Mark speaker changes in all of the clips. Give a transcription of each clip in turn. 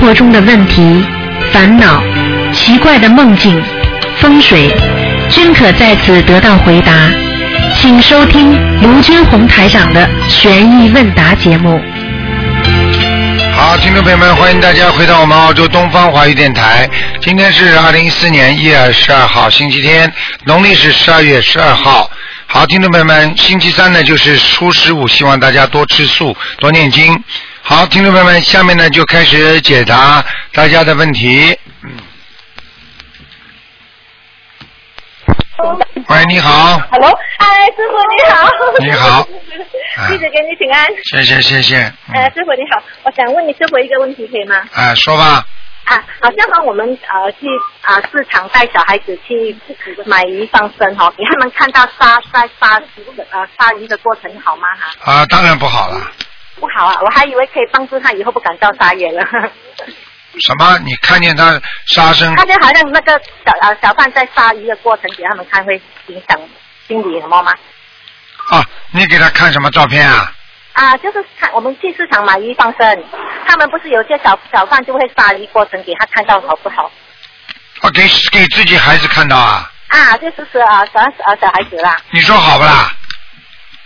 Speaker 1: 活中的问题、烦恼、奇怪的梦境、风水，均可在此得到回答。请收听卢军红台长的《悬疑问答》节目。
Speaker 2: 好，听众朋友们，欢迎大家回到我们澳洲东方华语电台。今天是二零一四年一月十二号，星期天，农历是十二月十二号。好，听众朋友们，星期三呢就是初十五，希望大家多吃素，多念经。好，听众朋友们，下面呢就开始解答大家的问题。嗯。喂，你好，
Speaker 3: Hello，哎，师傅你好。
Speaker 2: 你好 啊
Speaker 3: 弟子给你请安。
Speaker 2: 谢谢谢谢，
Speaker 3: 呃，师傅你好，我想问你师傅一个问题，可以吗？
Speaker 2: 啊，说吧，
Speaker 3: 啊，好像呢，我们呃去啊、市场带小孩子去买鱼放生哈、哦，给他们看到杀杀杀呃杀鱼的过程好吗？哈，
Speaker 2: 啊，当然不好了。
Speaker 3: 不好啊，我还以为可以帮助他以后不敢叫杀业了。
Speaker 2: 什么？你看见他杀生
Speaker 3: 他就好像那个小呃小贩在杀鱼的过程给他们看，会影响心理什么吗？
Speaker 2: 啊？你给他看什么照片啊？
Speaker 3: 啊，就是看我们去市场买鱼放生，他们不是有些小小贩就会杀鱼过程给他看到好不好？
Speaker 2: 啊，给给自己孩子看到啊？
Speaker 3: 啊，就是说啊，小啊小孩子啦，
Speaker 2: 你说好不啦？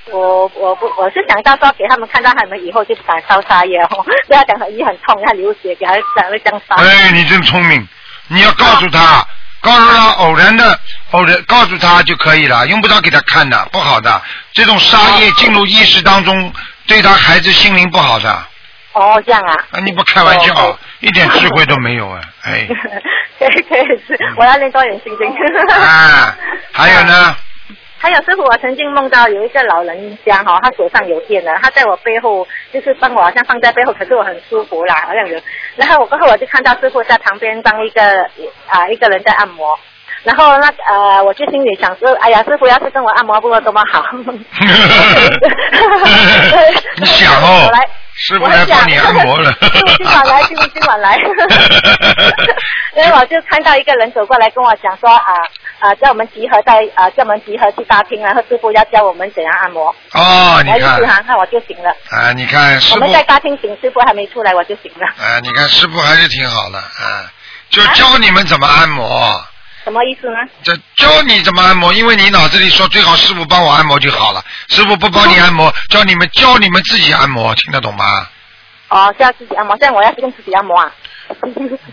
Speaker 3: 我我不我是想到说给他们看到他们以后就不敢烧杀业哦， 不要讲鱼很痛，要流血，给他才会这样杀。
Speaker 2: 哎，你真聪明，你要告诉
Speaker 3: 嗯
Speaker 2: 他，告诉他偶然的偶然告诉他就可以了，用不着给他看的，不好的，这种杀
Speaker 3: 嗯
Speaker 2: 业进入意识当中，对他孩子心灵不好的，啊，
Speaker 3: 哦，这样啊。
Speaker 2: 你不开玩笑，
Speaker 3: 哦
Speaker 2: 一点智慧都没有啊，哎，
Speaker 3: 对对是，我要练多一点心经。
Speaker 2: 嗯啊，还有 呢，
Speaker 3: 还有师傅，我曾经梦到有一个老人家哈、他手上有电了，他在我背后，就是帮我好像放在背后，可是我很舒服啦，好像有。然后我过后我就看到师傅在旁边帮一个啊、一个人在按摩，然后那呃我就心里想说，哎呀，师傅要是跟我按摩不过多么 好。
Speaker 2: 你想哦
Speaker 3: 我来，
Speaker 2: 师傅来帮你按摩了
Speaker 3: 我想 今晚来，今今晚来。 因为我就看到一个人走过来跟我讲说啊啊，叫我们集合在啊，叫我们集合去大厅，然后师傅要教我们怎样按摩。
Speaker 2: 哦，你
Speaker 3: 然后一
Speaker 2: 看
Speaker 3: 直，行看我就醒了。
Speaker 2: 啊，你看师
Speaker 3: 我们
Speaker 2: 傅
Speaker 3: 在大厅醒，师傅还没出来，我就醒了。
Speaker 2: 啊，你看师傅还是挺好的啊，就教你们怎么按摩，
Speaker 3: 什么意思呢？
Speaker 2: 这教你怎么按摩，因为你脑子里说最好师傅帮我按摩就好了，师傅不帮你按摩，教你们教你们自己按摩，听得懂吗？
Speaker 3: 哦，是要自己按摩，现在我要跟自己按摩啊。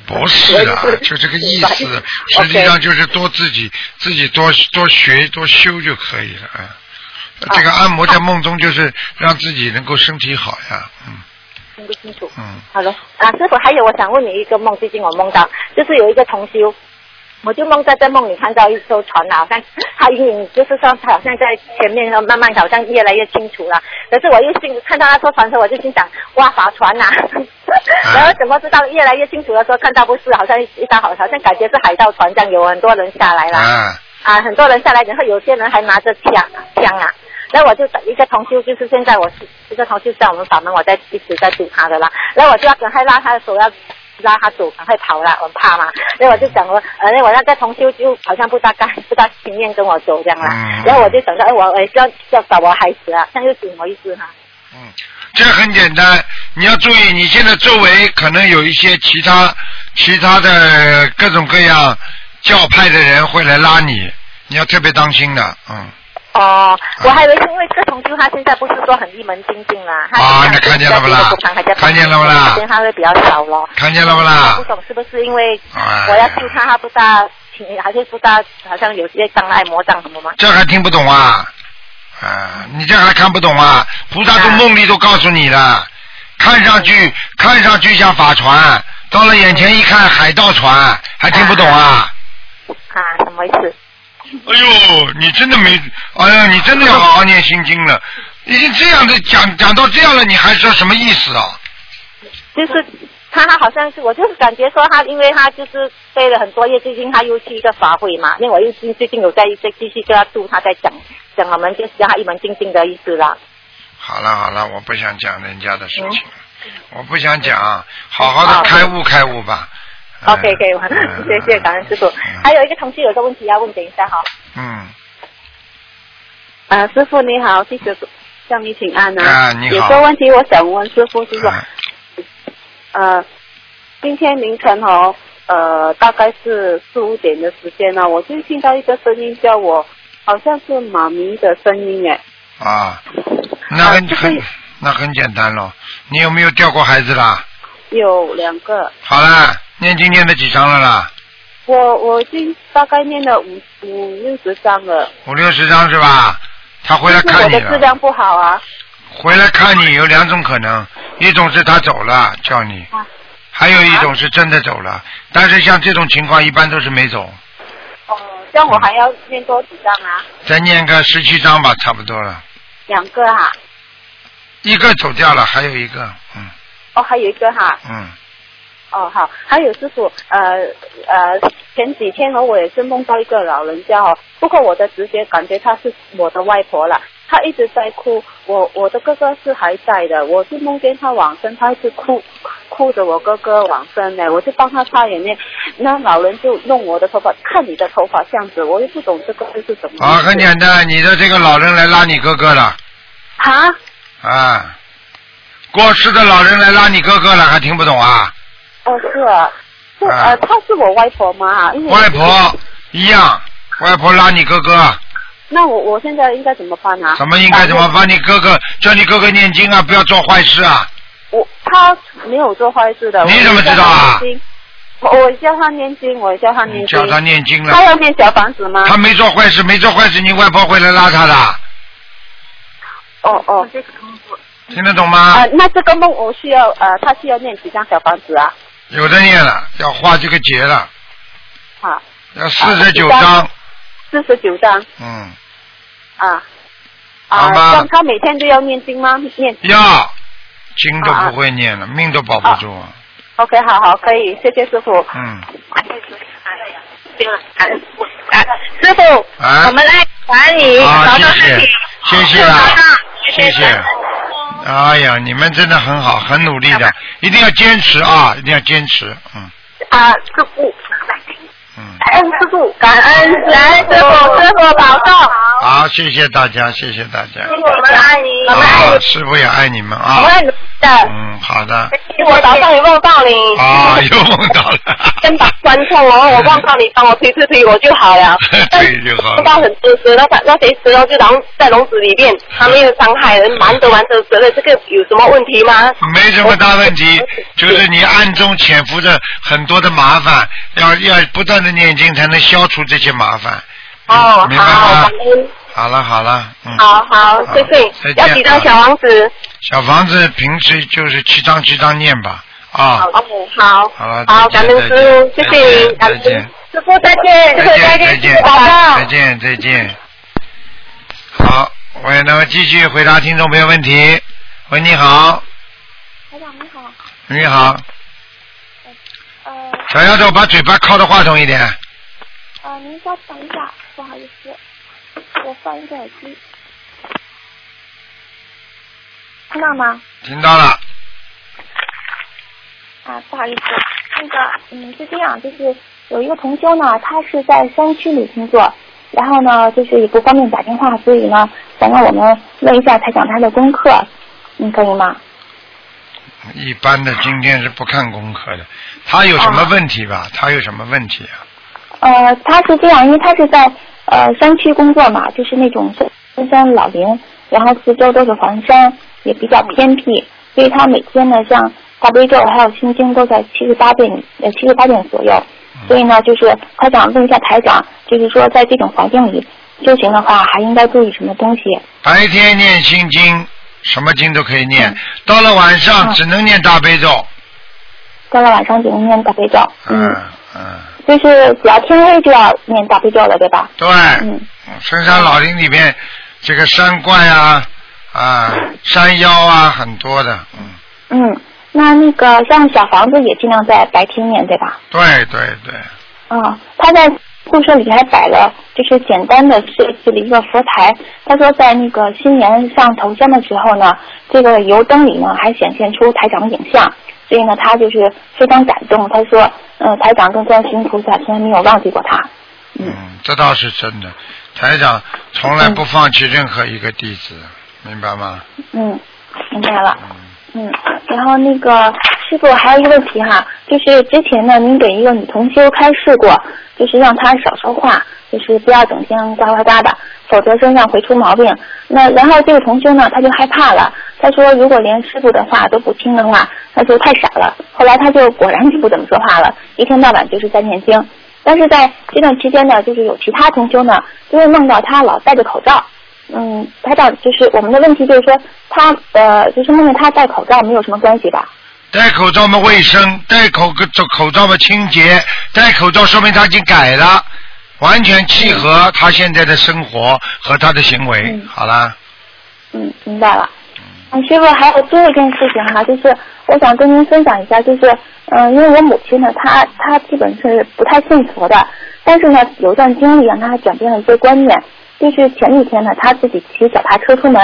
Speaker 2: 不是啊，就这个意思，实际上就是多自己自己多多学多修就可以了啊。这个按摩在梦中就是让自己能够身体好呀，嗯
Speaker 3: 听不清楚。
Speaker 2: 嗯，
Speaker 3: 好了，啊，师傅，还有我想问你一个梦，最近我梦到，就是有一个同修，我就梦在在梦里看到一艘船啊，好像它隐隐就是说它好像在前面，然后慢慢地好像越来越清楚了。可是我又心看到那艘船的时候，我就心想，哇，划船呐、 然后怎么知道越来越清楚的时候，看到不是，好像一一艘好，好像感觉是海盗船这样，有很多人下来了。
Speaker 2: 啊
Speaker 3: 啊，很多人下来，然后有些人还拿着枪枪啊。然后我就等一个同修，就是现在我是一个同修在我们法门，我在一直在读他的啦。然后我就要赶快拉他的手，要拉他走，赶快跑啦，我很怕嘛。然后我就想我，呃，那我那个同修就好像不大干， 不大情愿跟我走这样啦
Speaker 2: 嗯。
Speaker 3: 然后我就想说，哎，我我要要找我孩子啊，这样又挺有意思哈、
Speaker 2: 这很简单，你要注意，你现在周围可能有一些其他其他的各种各样教派的人会来拉你，你要特别当心的，嗯。
Speaker 3: 哦，我还以为是因为这个同修他现在不是说很一门精进啦，他
Speaker 2: 啊
Speaker 3: 现在
Speaker 2: 那看见了不
Speaker 3: 在
Speaker 2: 啦
Speaker 3: 这个工厂还在
Speaker 2: 看见了不啦
Speaker 3: 时间他会比较少咯。
Speaker 2: 看见了不啦
Speaker 3: 我不懂是不是因为
Speaker 2: 哎
Speaker 3: 我要救他，他不大情，还是不大，好像有些障碍魔障什么吗？
Speaker 2: 这还听不懂啊？啊，你这还看不懂啊？菩萨都梦里都告诉你了，看上去看上去像法船，到了眼前一看海盗船，还听不懂啊？
Speaker 3: 啊，什么意思？
Speaker 2: 哎呦，你真的没，哎呀，你真的要好好念心经了。已经这样的讲讲到这样了，你还说什么意思啊？
Speaker 3: 就是他，他好像是我就是感觉说他，因为他就是背了很多页，最近他又去一个法会嘛，因为我又最近有在在继续跟他度，他在讲讲我们就是让他一门精进的意思啦。
Speaker 2: 好了好了，我不想讲人家的事情了，
Speaker 3: 嗯
Speaker 2: 我不想讲，好好的开悟开悟吧。
Speaker 3: OK，给我
Speaker 2: 嗯
Speaker 3: 谢谢感恩师傅。还有一个同事有个问题要问，等一下哈。
Speaker 2: 嗯，
Speaker 4: 啊，师傅你好，弟子向你请安
Speaker 2: 啊你好啊
Speaker 4: 有个问题我想问师傅，就是说，呃，今天凌晨哦，呃，大概是四五点的时间呢，我就听到一个声音叫我，好像是妈咪的声音哎。
Speaker 2: 啊，那很
Speaker 4: 啊就是
Speaker 2: 很那很简单咯。你有没有掉过孩子啦？
Speaker 4: 有两个，
Speaker 2: 好啦，念经念了几张了啦？
Speaker 4: 我我已经大概念了五五六十章了，
Speaker 2: 五六十张是吧？他回来
Speaker 4: 但是
Speaker 2: 看
Speaker 4: 我
Speaker 2: 你
Speaker 4: 的质
Speaker 2: 了，
Speaker 4: 量不好啊。
Speaker 2: 回来看你有两种可能，一种是他走了叫你
Speaker 4: 啊，
Speaker 2: 还有一种是真的走了。但是像这种情况一般都是没走，
Speaker 4: 哦，这样我还要念多几张啊？
Speaker 2: 再念个十七张吧，差不多了。
Speaker 4: 两个哈、
Speaker 2: 一个走掉了，还有一个，嗯
Speaker 4: 哦，还有一个哈、
Speaker 2: 嗯，
Speaker 4: 哦，好，还有师傅，呃呃，前几天哦，我也是梦到一个老人家哦，不过我的直觉感觉她是我的外婆了，她一直在哭，我我的哥哥是还在的，我是梦见她往生，她一直哭，哭着我哥哥往生呢，我就帮她擦眼泪，那老人就弄我的头发，看你的头发这样子，我又不懂这个是什么意思。
Speaker 2: 好，很简单，你啊的这个老人来拉你哥哥了
Speaker 4: 哈，
Speaker 2: 啊，过世的老人来拉你哥哥了，还听不懂啊？
Speaker 4: 哦是啊，是
Speaker 2: 啊
Speaker 4: 呃，她是我外婆吗？因为
Speaker 2: 外婆一样，外婆拉你哥
Speaker 5: 啊
Speaker 2: 哥，
Speaker 4: 那我我现在应该怎么办啊？
Speaker 2: 怎么应该怎么帮你哥哥？叫你哥哥念经啊，不要做坏事啊。
Speaker 4: 我他没有做坏事的。
Speaker 2: 你怎么知道啊
Speaker 4: 我我叫他念经，我叫他念经，
Speaker 2: 叫他念经
Speaker 4: 他
Speaker 2: 了，
Speaker 4: 要念小房子吗？
Speaker 2: 他没做坏事，没做坏事，你外婆会来拉他的，
Speaker 4: 哦哦，
Speaker 2: 听得懂
Speaker 4: 啊、
Speaker 2: 吗？
Speaker 4: 那这个梦我需要呃，他需要念几张小房子啊？
Speaker 2: 有的念了，要化这个结了，
Speaker 4: 啊，
Speaker 2: 要四十九
Speaker 4: 啊
Speaker 2: 章，
Speaker 4: 四十九张
Speaker 2: 嗯，
Speaker 4: 啊
Speaker 2: 好
Speaker 4: 啊，
Speaker 2: 吧
Speaker 4: 像他每天都要念经吗？念
Speaker 2: 要经都不会念
Speaker 5: 啊
Speaker 2: 了，命都保不住啊，
Speaker 4: ，OK，好好，可以，谢谢师傅。
Speaker 2: 嗯。
Speaker 5: 啊，师傅，
Speaker 2: 啊
Speaker 5: 我们来感恩你，
Speaker 2: 啊，
Speaker 5: 劳
Speaker 2: 谢
Speaker 5: 动身
Speaker 2: 谢
Speaker 5: 体，，
Speaker 2: 谢谢
Speaker 5: 早
Speaker 2: 啊
Speaker 5: 上，
Speaker 2: 谢谢。哎呀，你们真的很好，很努力的，一定要坚持啊，一定要坚持，嗯
Speaker 5: 啊，师傅，
Speaker 2: 嗯，
Speaker 5: 感恩师傅，感恩感恩师傅，师傅保重，
Speaker 2: 好，谢谢大家，谢谢大家，
Speaker 5: 我们爱你，我们爱
Speaker 2: 啊，
Speaker 5: 你，
Speaker 2: 师傅也爱你们
Speaker 5: 我
Speaker 2: 啊
Speaker 5: 们，爱你的。
Speaker 2: 嗯，好的，
Speaker 5: 我早上有梦到你，
Speaker 2: 啊，嗯又梦到了，，
Speaker 5: 肩膀酸痛哦，我梦到你帮我推推推我就好了但
Speaker 2: 对就好了
Speaker 5: 梦到很真实，那他那谁知道就笼在笼子里面，他没有伤害人，瞒着瞒着折了，这个有什么问题吗？
Speaker 2: 没什么大问题，就是你暗中潜伏着很多的麻烦，要要不断的念经才能消除这些麻烦，
Speaker 5: 哦，
Speaker 2: 明白
Speaker 5: 好，
Speaker 2: 吗
Speaker 5: 感？恩。
Speaker 2: 好了好了，嗯，
Speaker 5: 好好，谢
Speaker 2: 再
Speaker 5: 谢。要
Speaker 2: 见
Speaker 5: 几张小王子？
Speaker 2: 小房子平时就是七张七张念吧，啊，
Speaker 5: 哦，好，
Speaker 2: 好了
Speaker 5: 好，
Speaker 2: 再
Speaker 5: 感
Speaker 2: 见
Speaker 5: 恩师傅，谢谢你，
Speaker 2: 再
Speaker 5: 感
Speaker 2: 见
Speaker 5: 恩师傅，再见，师
Speaker 2: 再
Speaker 5: 傅
Speaker 2: 见
Speaker 5: 见，
Speaker 2: 再
Speaker 5: 师
Speaker 2: 见
Speaker 5: 傅保
Speaker 2: 再
Speaker 5: 重。
Speaker 2: 见再见。好，喂，那么继续回答听众朋友问题。喂，你好，
Speaker 6: 台长你好，
Speaker 2: 你好，
Speaker 6: 呃
Speaker 2: 小丫头把嘴巴靠着话筒一点，
Speaker 6: 呃，您稍等一下，不好意思，我放一个耳机，听到吗？
Speaker 2: 听到了，
Speaker 6: 啊，不好意思，那个，嗯，是这样，就是有一个同修呢，他是在山区里工作，然后呢，就是也不方便打电话，所以呢，想让我们问一下台长他的功课，您可以吗？
Speaker 2: 一般的今天是不看功课的。他有什么问题
Speaker 6: 哦
Speaker 2: 吧？他有什么问题啊？
Speaker 6: 呃，他是这样，因为他是在呃山区工作嘛，就是那种深山老林，然后四周都是黄山，也比较偏僻，所以他每天呢，像大悲咒还有心经都在七十八遍呃七十八遍左右。所以呢，就是他想问一下台长，就是说在这种环境里修行的话，还应该注意什么东西？
Speaker 2: 白天念心经，什么经都可以念，到了晚上
Speaker 6: 嗯
Speaker 2: 只能念大悲咒。
Speaker 6: 到了晚上只能念大悲咒，嗯，
Speaker 2: 嗯嗯，
Speaker 6: 就是只要天黑就要念大悲咒了，对吧？
Speaker 2: 对。
Speaker 6: 嗯，
Speaker 2: 深山老林里面，这个山怪啊，啊，山妖啊，很多的，嗯，
Speaker 6: 嗯，那那个像小房子也尽量在白天念，对吧？
Speaker 2: 对对对，
Speaker 6: 啊，他在宿舍里还摆了就是简单的设计了一个佛台。他说在那个新年上头香的时候呢，这个油灯里呢还显现出台长的影像，所以呢他就是非常感动。他说，呃，台长跟观世音菩萨从来没有忘记过他。
Speaker 2: 嗯，这倒是真的。台长从来不放弃任何一个弟子，明白吗？
Speaker 6: 嗯，明白了。
Speaker 2: 嗯，
Speaker 6: 嗯，然后那个师傅还有一个问题哈，就是之前呢，您给一个女同修开示过，就是让她少说话，就是不要整天呱呱嘎的，否则身上会出毛病。那然后这个同修呢，他就害怕了，他说如果连师傅的话都不听的话，那就太傻了。后来他就果然就不怎么说话了，一天到晚就是在念经。但是在这段期间呢，就是有其他同修呢，就会梦到他老戴着口罩，嗯，他到就是我们的问题就是说他呃，就是梦见他戴口罩没有什么关系吧？
Speaker 2: 戴口罩嘛卫生，戴口口口罩嘛清洁，戴口罩说明他已经改了，完全契合他现在的生活和他的行为。
Speaker 6: 嗯
Speaker 2: 好啦，
Speaker 6: 嗯，明白了。嗯，师傅，还有最后一件事情哈、就是我想跟您分享一下，就是嗯、因为我母亲呢，她她基本是不太信佛的，但是呢，有一段经历让她转变了一些观念。就是前几天呢，她自己骑脚踏车出门，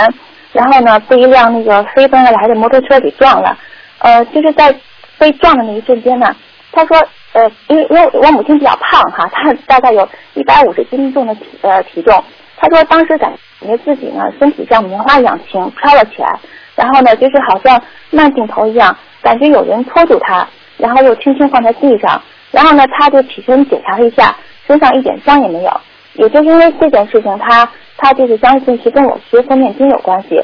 Speaker 6: 然后呢，被一辆那个飞奔而来的摩托车给撞了。呃，就是在被撞的那一瞬间呢，她说，呃，因为因为我母亲比较胖哈，她大概有一百五十斤重的体呃体重，她说当时感觉自己呢身体像棉花一样轻飘了起来，然后呢就是好像慢镜头一样，感觉有人拖住她，然后又轻轻放在地上，然后呢她就起身检查了一下，身上一点伤也没有。也就是因为这件事情，她她就是相信是跟我学佛念经有关系，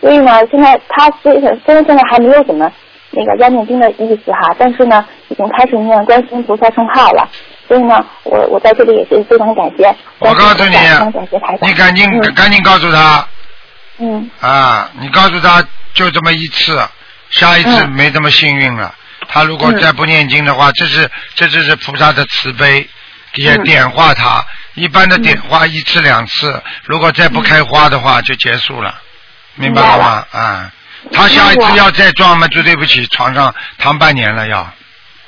Speaker 6: 所以呢，现在她虽然虽然现在还没有怎么那个要念经的意思哈，但是呢，已经开始念观世音菩萨圣号了。所以呢，我我在这里也是非常感谢，
Speaker 2: 我告诉你
Speaker 6: 非常感谢台长，
Speaker 2: 你赶紧、
Speaker 6: 嗯
Speaker 2: 赶紧告诉他
Speaker 6: 嗯
Speaker 2: 啊，你告诉他就这么一次，下一次
Speaker 6: 嗯
Speaker 2: 没这么幸运了。他如果
Speaker 6: 嗯
Speaker 2: 再不念经的话，这是这就是菩萨的慈悲，也
Speaker 6: 嗯
Speaker 2: 点化他。一般的点化一次两次，如果再不开花的话，就结束了，明白了吗？啊，他下一
Speaker 6: 那
Speaker 2: 次
Speaker 6: 我
Speaker 2: 要再撞嘛，就对不起，床上躺半年了要。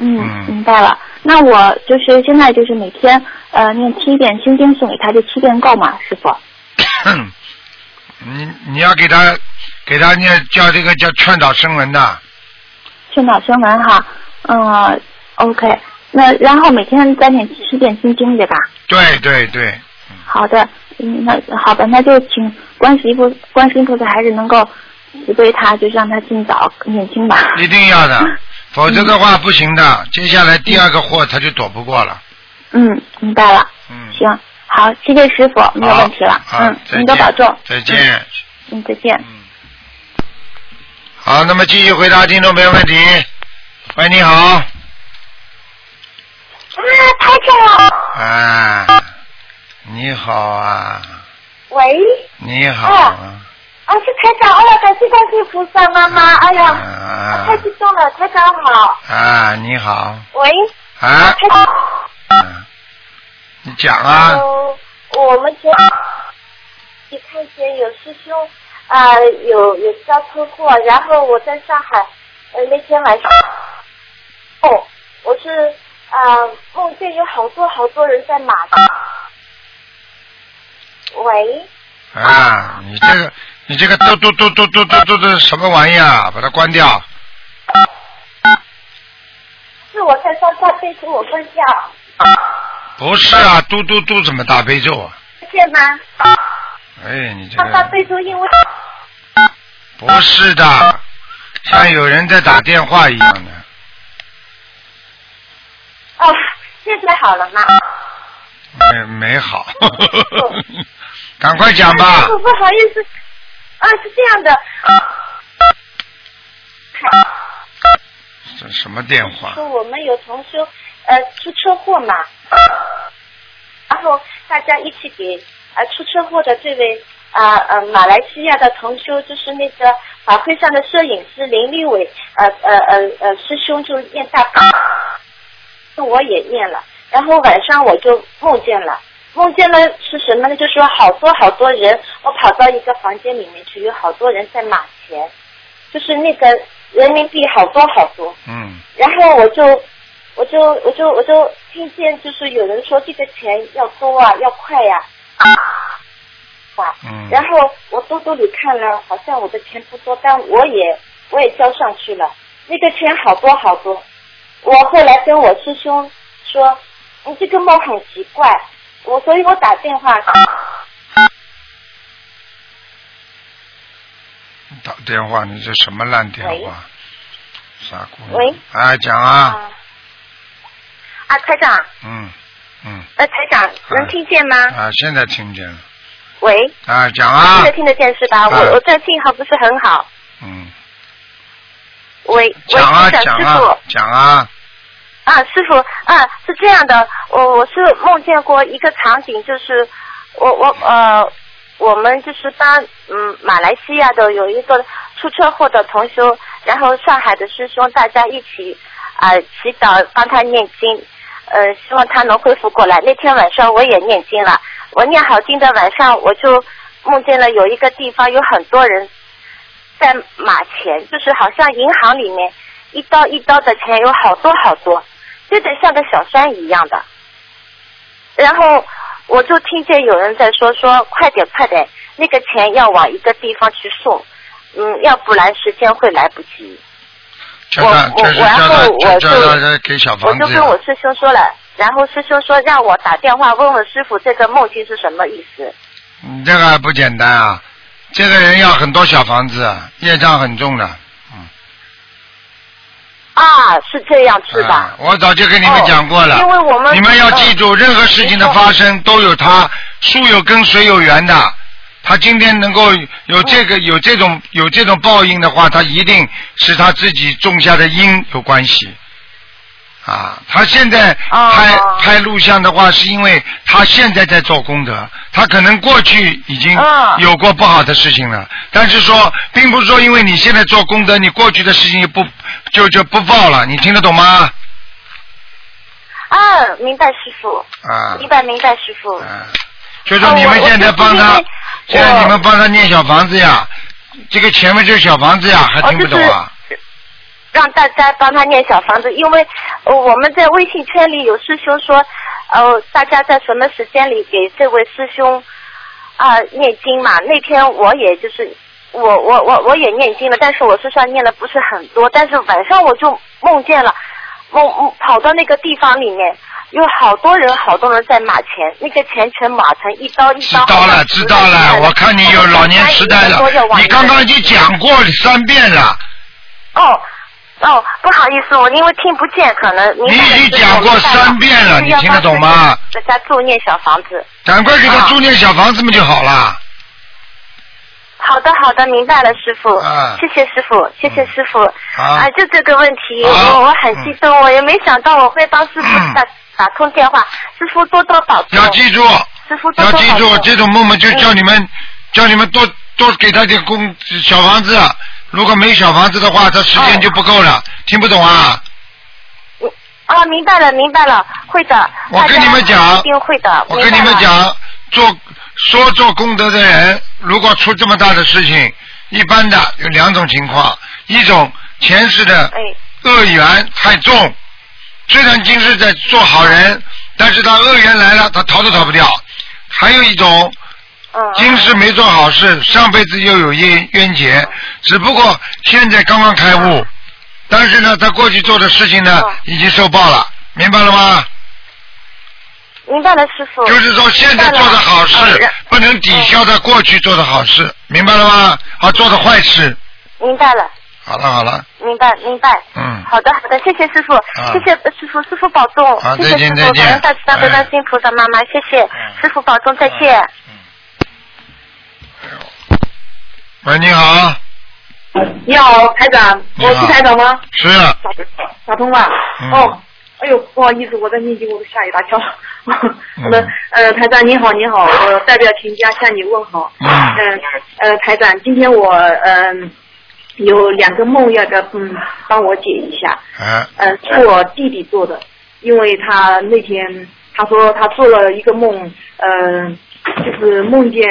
Speaker 2: 嗯
Speaker 6: 嗯，明白了。那我就是现在就是每天呃念七遍心经送给他，这七遍够吗，师傅？
Speaker 2: 你你要给他给他念叫这个叫劝导声闻的，
Speaker 6: 劝导声闻哈，嗯，OK。那然后每天再念七遍心经对吧？
Speaker 2: 对对对，
Speaker 6: 好的，嗯，那好的，那就请观世音菩观世音菩萨还是能够慈悲他，就让他尽早念经 吧。
Speaker 2: 一定要的，否则的话不行的。接下来第二个祸他就躲不过了。
Speaker 6: 嗯，明白了。
Speaker 2: 嗯，
Speaker 6: 行，好，谢谢师傅，没有
Speaker 2: 好
Speaker 6: 问题了。
Speaker 2: 好
Speaker 6: 嗯，
Speaker 2: 再
Speaker 6: 您多
Speaker 2: 见
Speaker 6: 保重。
Speaker 2: 再见。
Speaker 6: 嗯，再见。
Speaker 2: 嗯。好，那么继续回答听众朋友问题。喂，你好。
Speaker 7: 啊，台长，
Speaker 2: 啊，你好啊，
Speaker 7: 喂，
Speaker 2: 你好啊。
Speaker 7: 啊是台长，哎呀，感谢观世音菩萨妈妈，哎呀，
Speaker 2: 啊
Speaker 7: 太激动了，台长好，
Speaker 2: 啊，你好
Speaker 7: 喂，
Speaker 2: 啊。
Speaker 7: 台长，
Speaker 2: 嗯，你讲啊。
Speaker 7: 嗯，我们前你看见有师兄啊、有有交车祸，然后我在上海，呃那天晚上，哦，我是啊、梦见有好多好多人在马上，喂，
Speaker 2: 啊，你这个，你这个嘟嘟嘟嘟嘟嘟嘟嘟什么玩意啊？把它关掉。
Speaker 7: 是我在上下背跟我睡觉，
Speaker 2: 不是啊，嘟嘟嘟怎么大悲咒啊？
Speaker 7: 见吗？
Speaker 2: 哎，你这
Speaker 7: 上 下
Speaker 2: 个
Speaker 7: 背都因为。
Speaker 2: 不是的，像有人在打电话一样的。
Speaker 7: 哦，现在好了吗？
Speaker 2: 没没好， 赶快讲吧
Speaker 7: 哎师。傅不好意思，啊，是这样的，
Speaker 2: 啊这什么电话？
Speaker 7: 说我们有同修呃出车祸嘛，然后大家一起给呃出车祸的这位啊呃马来西亚的同修，就是那个法会上的摄影师林立伟呃呃呃呃师兄就念大悲，那我也念了，然后晚上我就梦见了。梦见了是什么呢？就是有好多好多人，我跑到一个房间里面去，有好多人在马前，就是那个人民币好多好多。
Speaker 2: 嗯
Speaker 7: 然后我就我就我就我就听见就是有人说这个钱要多啊，要快呀、哇！
Speaker 2: 嗯
Speaker 7: 然后我兜兜里看了，好像我的钱不多，但我也我也交上去了，那个钱好多好多。我后来跟我师兄说，你这个梦很奇怪，我所以我打电话，
Speaker 2: 打电话，你这什么烂电话？傻姑娘。
Speaker 7: 喂。
Speaker 2: 哎，讲啊。
Speaker 7: 啊，啊，台长，
Speaker 2: 嗯嗯
Speaker 7: 呃，台长能听见吗？
Speaker 2: 啊，现在听见了
Speaker 7: 喂，
Speaker 2: 啊，
Speaker 7: 现
Speaker 2: 讲啊
Speaker 7: 在，听得见是吧？
Speaker 2: 啊
Speaker 7: 我我这信号不是很好。
Speaker 2: 嗯，
Speaker 7: 喂，喂，
Speaker 2: 讲啊
Speaker 7: 台长
Speaker 2: 讲
Speaker 7: 师傅。
Speaker 2: 啊讲啊，
Speaker 7: 啊，师傅，啊，是这样的，我我是梦见过一个场景，就是我我呃，我们就是帮嗯马来西亚的有一个出车祸的同修，然后上海的师兄，大家一起啊、祈祷帮他念经，呃，希望他能恢复过来。那天晚上我也念经了，我念好经的晚上，我就梦见了有一个地方有很多人在马前，就是好像银行里面一刀一刀的钱有好多好多，有点像个小山一样的。然后我就听见有人在说说快点快点，那个钱要往一个地方去送，嗯，要不然时间会来不及。
Speaker 2: 叫他
Speaker 7: 我
Speaker 2: 就是
Speaker 7: 我然
Speaker 2: 叫他
Speaker 7: 后
Speaker 2: 叫
Speaker 7: 我
Speaker 2: 叫
Speaker 7: 就
Speaker 2: 他他给小
Speaker 7: 我
Speaker 2: 房
Speaker 7: 就
Speaker 2: 子
Speaker 7: 跟我师兄说了，然后师兄说让我打电话问问师傅这个梦境是什么意思。
Speaker 2: 你嗯这个不简单啊，这个人要很多小房子，啊，业障很重的。
Speaker 7: 啊，是这样是吧？
Speaker 2: 啊我早就跟你们讲过了，
Speaker 7: 哦因为我们
Speaker 2: 你们要记住，任何事情的发生都有它树有根水有源的。他今天能够
Speaker 7: 哦
Speaker 2: 有这个有这种有这种报应的话，他一定是他自己种下的因有关系。啊，他现在
Speaker 7: 哦
Speaker 2: 拍、拍录像的话，是因为他现在在做功德，他可能过去已经
Speaker 7: 嗯
Speaker 2: 有过不好的事情了，但是说，并不是说因为你现在做功德，你过去的事情不就就不报了，你听得懂吗？
Speaker 7: 啊，明白师傅，
Speaker 2: 啊，
Speaker 7: 明白明白师傅。
Speaker 2: 啊，就说你们现在帮
Speaker 7: 哦
Speaker 2: 他
Speaker 7: 我我就是，
Speaker 2: 现在你们帮他念小房子呀，这个前面就是小房子呀，还
Speaker 7: 哦
Speaker 2: 听不懂啊？
Speaker 7: 让大家帮他念小房子，因为、呃、我们在微信圈里有师兄说，呃，大家在什么时间里给这位师兄啊、念经嘛？那天我也就是我我我我也念经了，但是我身上念的不是很多，但是晚上我就梦见了，梦梦跑到那个地方里面。有好多人，好多人在马前，那个钱全码成一刀一
Speaker 2: 知
Speaker 7: 刀。
Speaker 2: 道了，知道了，我看你有老年痴呆了
Speaker 7: 好像一个多就，往
Speaker 2: 你
Speaker 7: 一个
Speaker 2: 刚刚已经讲过三遍了，
Speaker 7: 哦。哦，不好意思，我因为听不见，可能您
Speaker 2: 你已经讲过三遍了你听得懂吗？
Speaker 7: 在家住念小房子。
Speaker 2: 赶快给他
Speaker 7: 啊
Speaker 2: 租念小房子不就好了？
Speaker 7: 好的，好的，明白了，师傅。
Speaker 2: 啊嗯
Speaker 7: 谢谢师傅，谢谢师傅。
Speaker 2: 好
Speaker 7: 啊，就这个问题，
Speaker 2: 好
Speaker 7: 我我很激动，我也没想到我会帮师
Speaker 2: 嗯
Speaker 7: 傅打打通电话，师傅多多保重。
Speaker 2: 要记住，
Speaker 7: 师傅多
Speaker 2: 要
Speaker 7: 哦多嗯保
Speaker 2: 记
Speaker 7: 重。
Speaker 2: 住，这种梦梦就叫你们，叫你们多多给他点工小房子。如果没小房子的话，他时
Speaker 7: 哦
Speaker 2: 间就不够了。听不懂啊？
Speaker 7: 啊，明白了，明白了，会的。
Speaker 2: 我跟
Speaker 7: 大家
Speaker 2: 你们讲
Speaker 7: 一定会的。
Speaker 2: 我跟你们
Speaker 7: 明白了。
Speaker 2: 讲，做说做功德的人，如果出这么大的事情，一般的有两种情况：一种前世的
Speaker 7: 哎，
Speaker 2: 恶缘太重，虽然今世在做好人，但是他恶缘来了，他逃都逃不掉。还有一种
Speaker 7: 嗯。
Speaker 2: 今世没做好事，上辈子又有冤冤结，
Speaker 7: 嗯
Speaker 2: 只不过现在刚刚开悟，但是呢，他过去做的事情呢
Speaker 7: 嗯，
Speaker 2: 已经受报了，明白了吗？
Speaker 7: 明白了，师傅。
Speaker 2: 就是说现在做的好
Speaker 7: 明白了哦
Speaker 2: 事，不能抵消他过去做的好事，明白了吗？啊，做的坏事，
Speaker 7: 明白了，
Speaker 2: 好了好了，
Speaker 7: 明白，明白。
Speaker 2: 嗯，
Speaker 7: 好的，好的，谢谢师傅，谢谢师傅，师傅保重，
Speaker 2: 啊好
Speaker 7: 谢
Speaker 2: 再
Speaker 7: 谢
Speaker 2: 见
Speaker 7: 师
Speaker 2: 再
Speaker 7: 傅，
Speaker 2: 见
Speaker 7: 感恩大慈大悲
Speaker 2: 嗯
Speaker 7: 观世音菩萨妈妈，谢谢师傅保重，再见。
Speaker 2: 啊喂，你好，
Speaker 5: 你好，台长，
Speaker 2: 你好
Speaker 5: 我是台长吗？
Speaker 2: 是，啊
Speaker 5: 打打通了。
Speaker 2: 嗯
Speaker 5: 哦，哎呦，不好意思，我在念经，我吓一大跳。好的
Speaker 2: 嗯，
Speaker 5: 呃，台长你好，你好，我代表全家向你问好。
Speaker 2: 嗯
Speaker 5: 嗯呃，台长，今天我嗯、有两个梦要的，嗯，帮我解一下。
Speaker 2: 哎，
Speaker 7: 呃
Speaker 5: 嗯，是我弟弟做的，因为他那天他说他做了一个梦，嗯、就是梦见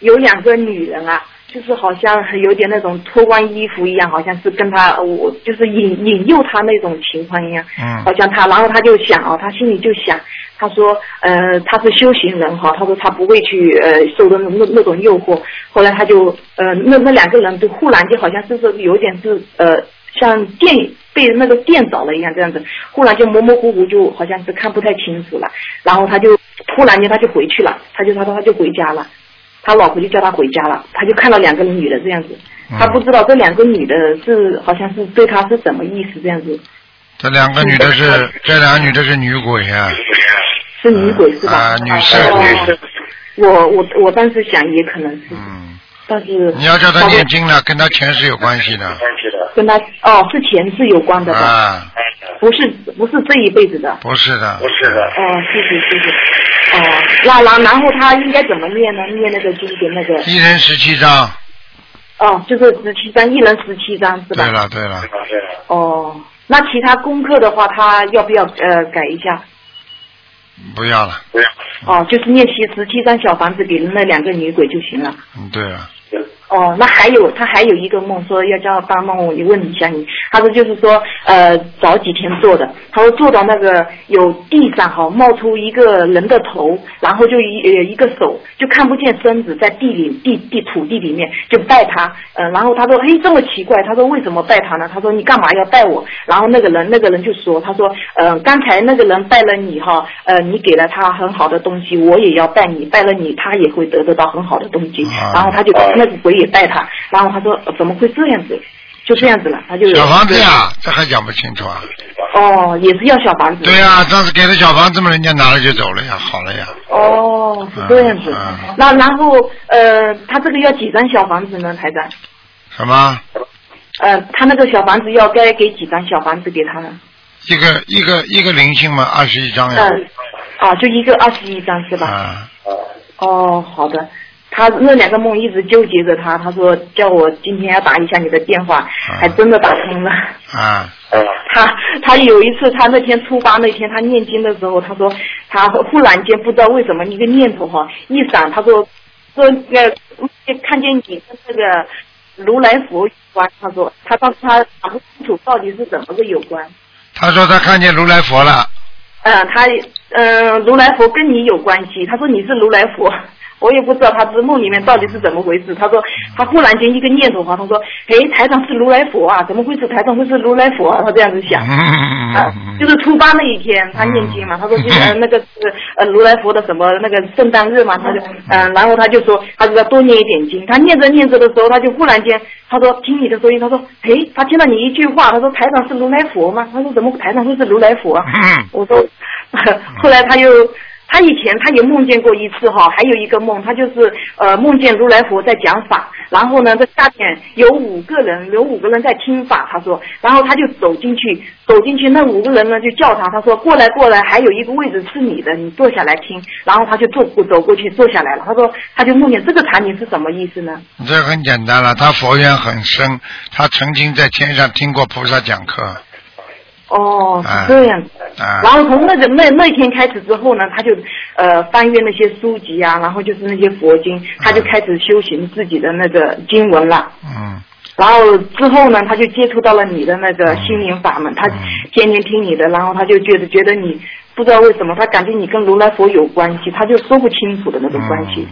Speaker 5: 有两个女人啊，就是好像有点那种脱光衣服一样，好像是跟他我就是引引诱他那种情况一样，
Speaker 2: 嗯
Speaker 5: 好像他，然后他就想哦，他心里就想，他说呃他是修行人哈，他说他不会去呃受的那那那种诱惑，后来他就呃那那两个人就忽然就好像是不是有点是呃像电被那个电着了一样这样子，忽然就模模糊糊就好像是看不太清楚了，然后他就突然间他就回去了，他就他说他就回家了。他老婆就叫他回家了，他就看到两个女的这样子，他不知道这两个女的是好像是对他是什么意思这样子，
Speaker 2: 这两个女的是，这两个女的是女鬼啊，
Speaker 5: 是女鬼是吧？
Speaker 2: 啊，女色鬼，
Speaker 5: 我我我当时想也可能是，
Speaker 2: 嗯，
Speaker 5: 但是
Speaker 2: 你要叫她
Speaker 5: 但是
Speaker 2: 念经了，跟她前世有关系的，
Speaker 5: 跟他哦是前世有关的吧？
Speaker 2: 啊，
Speaker 5: 不是不是这一辈子的。
Speaker 2: 不是的，不是
Speaker 5: 哦，谢谢谢谢。哦，那然然后他应该怎么念呢？念那个经典那个
Speaker 2: 一人十七张，
Speaker 5: 哦，就是十七章，一人十七章是吧
Speaker 2: 对？了对了，
Speaker 5: 哦，那其他功课的话，他要不要呃改一下？
Speaker 2: 不要了，
Speaker 5: 哦，就是念习十七张小房子给那两个女鬼就行了。
Speaker 2: 嗯，对了，
Speaker 5: 哦，那还有他还有一个梦，说要叫帮梦，我问一下你。他说就是说，呃，早几天做的，他说做到那个有地上哈冒出一个人的头，然后就一呃一个手，就看不见身子，在地里地地土地里面就拜他，呃，然后他说，嘿，这么奇怪，他说为什么拜他呢？他说你干嘛要拜我？然后那个人那个人就说，他说，呃，刚才那个人拜了你哈，呃，你给了他很好的东西，我也要拜你，拜了你，他也会得得到很好的东西。
Speaker 2: 啊
Speaker 5: 然后他就那个鬼也带他，然后他说、呃怎么会这样子？就这样子了，他就有
Speaker 2: 小房子呀，这还讲不清楚啊？
Speaker 5: 哦，也是要小房子。
Speaker 2: 对呀、上次给的小房子嘛，人家拿了就走了呀，好了呀，
Speaker 5: 哦，是这样子。
Speaker 2: 嗯嗯
Speaker 5: 那然后呃，他这个要几张小房子呢，台长？
Speaker 2: 什么？
Speaker 5: 呃，他那个小房子要该给几张小房子给他呢？
Speaker 2: 一个一个一个灵性嘛，二十一张哎呀，
Speaker 5: 嗯，啊，就一个二十一张是吧？
Speaker 2: 啊，
Speaker 5: 哦，好的。他那两个梦一直纠结着他，他说叫我今天要打一下你的电话，
Speaker 2: 嗯
Speaker 5: 还真的打通了。
Speaker 2: 啊，
Speaker 5: 嗯 他他有一次，他那天初八那天，他念经的时候，他说他忽然间不知道为什么一个念头哈一闪，他说说那个看见你跟那个如来佛有关，他说他当时他搞不清楚到底是怎么个有关。
Speaker 2: 他说他看见如来佛了，
Speaker 5: 嗯、他嗯、呃如来佛跟你有关系，他说你是如来佛。我也不知道他这梦里面到底是怎么回事。他说他忽然间一个念头哈，他说，诶，台长是如来佛啊，怎么会是台长会是如来佛啊？他这样子想。啊
Speaker 2: 嗯，
Speaker 5: 就是初八那一天，他念经嘛，他说今天那个是呃如来佛的什么那个圣诞日嘛，他就嗯、然后他就说他就要多念一点经，他念着念着的时候，他就忽然间他说听你的声音，他说诶，他听到你一句话，他说台长是如来佛吗？他说怎么台长会是如来佛啊？
Speaker 2: 嗯
Speaker 5: 我说， 后来他又。他以前他也梦见过一次哈，还有一个梦，他就是呃梦见如来佛在讲法，然后呢，这下面有五个人，有五个人在听法，他说，然后他就走进去，走进去那五个人呢就叫他，他说过来过来，还有一个位置是你的，你坐下来听，然后他就坐走过去坐下来了，他说他就梦见这个场景是什么意思呢？
Speaker 2: 这很简单了，他佛缘很深，他曾经在天上听过菩萨讲课，
Speaker 5: 哦，
Speaker 2: 啊
Speaker 5: 是这样子。
Speaker 2: 啊
Speaker 5: 然，后从那个那那天开始之后呢，他就呃翻阅那些书籍啊，然后就是那些佛经，他就开始修行自己的那个经文了。
Speaker 2: 嗯，
Speaker 5: 然后之后呢，他就接触到了你的那个心灵法门，他天天听你的，然后他就觉得觉得你不知道为什么，他感觉你跟如来佛有关系，他就说不清楚的那种关系。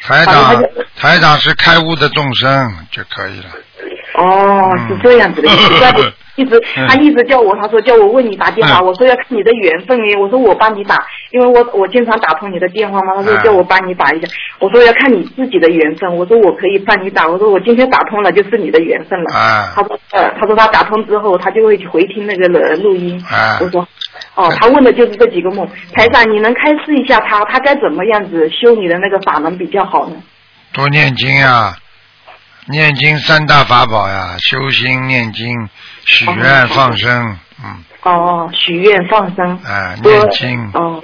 Speaker 2: 台
Speaker 5: 好的他
Speaker 2: 长
Speaker 5: 就
Speaker 2: 台长是开悟的众生就可以了，
Speaker 5: 哦，是这样子的，
Speaker 2: 嗯
Speaker 5: 一直在 一直
Speaker 2: 嗯
Speaker 5: 他一直叫我，他说叫我为你打电话，
Speaker 2: 嗯
Speaker 5: 我说要看你的缘分哎，我说我帮你打，因为我我经常打通你的电话嘛，他说
Speaker 2: 嗯
Speaker 5: 叫我帮你打一下，我说要看你自己的缘分，我说我可以帮你打，我说我今天打通了就是你的缘分了。
Speaker 2: 啊
Speaker 5: 他说呃，他说他打通之后，他就会去回听那个录录音。
Speaker 2: 啊
Speaker 5: 我说哦，他问的就是这几个梦。台长，你能开示一下他，他该怎么样子修你的那个法门比较好呢？
Speaker 2: 多念经啊，念经三大法宝呀，修心、念经、许愿、放生，嗯，
Speaker 5: 哦，许愿放生。
Speaker 2: 啊，
Speaker 5: 多
Speaker 2: 念经，
Speaker 5: 哦，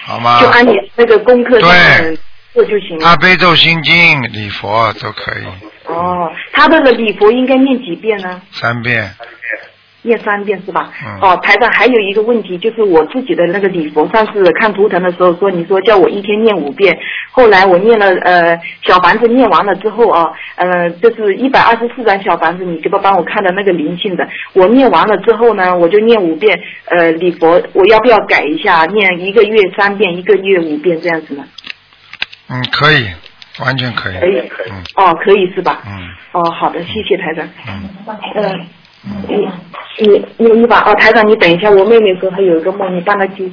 Speaker 2: 好吗
Speaker 5: 就？按你那个功课上
Speaker 2: 啊对
Speaker 5: 面做就行
Speaker 2: 大
Speaker 5: 了。
Speaker 2: 嗯悲咒心经、礼佛都可以，
Speaker 5: 哦，他那个礼佛应该念几遍呢？
Speaker 2: 三遍，
Speaker 5: 念三遍是吧？
Speaker 2: 嗯
Speaker 5: 哦，台长还有一个问题，就是我自己的那个礼佛，上次看图腾的时候说，你说叫我一天念五遍，后来我念了呃小房子念完了之后啊，呃就是一百二十四张小房子，你给我帮我看的那个灵性的，我念完了之后呢，我就念五遍呃礼佛，我要不要改一下，念一个月三遍，一个月五遍这样子呢？
Speaker 2: 嗯，可以，完全可以，
Speaker 5: 可以，
Speaker 2: 嗯
Speaker 5: 哦，可以是吧？
Speaker 2: 嗯
Speaker 5: 哦，好的，谢谢台长。
Speaker 2: 嗯。
Speaker 7: 呃
Speaker 5: 嗯，你你你你把哦，台长，你等一下，我妹妹说她有一个梦，你帮她记。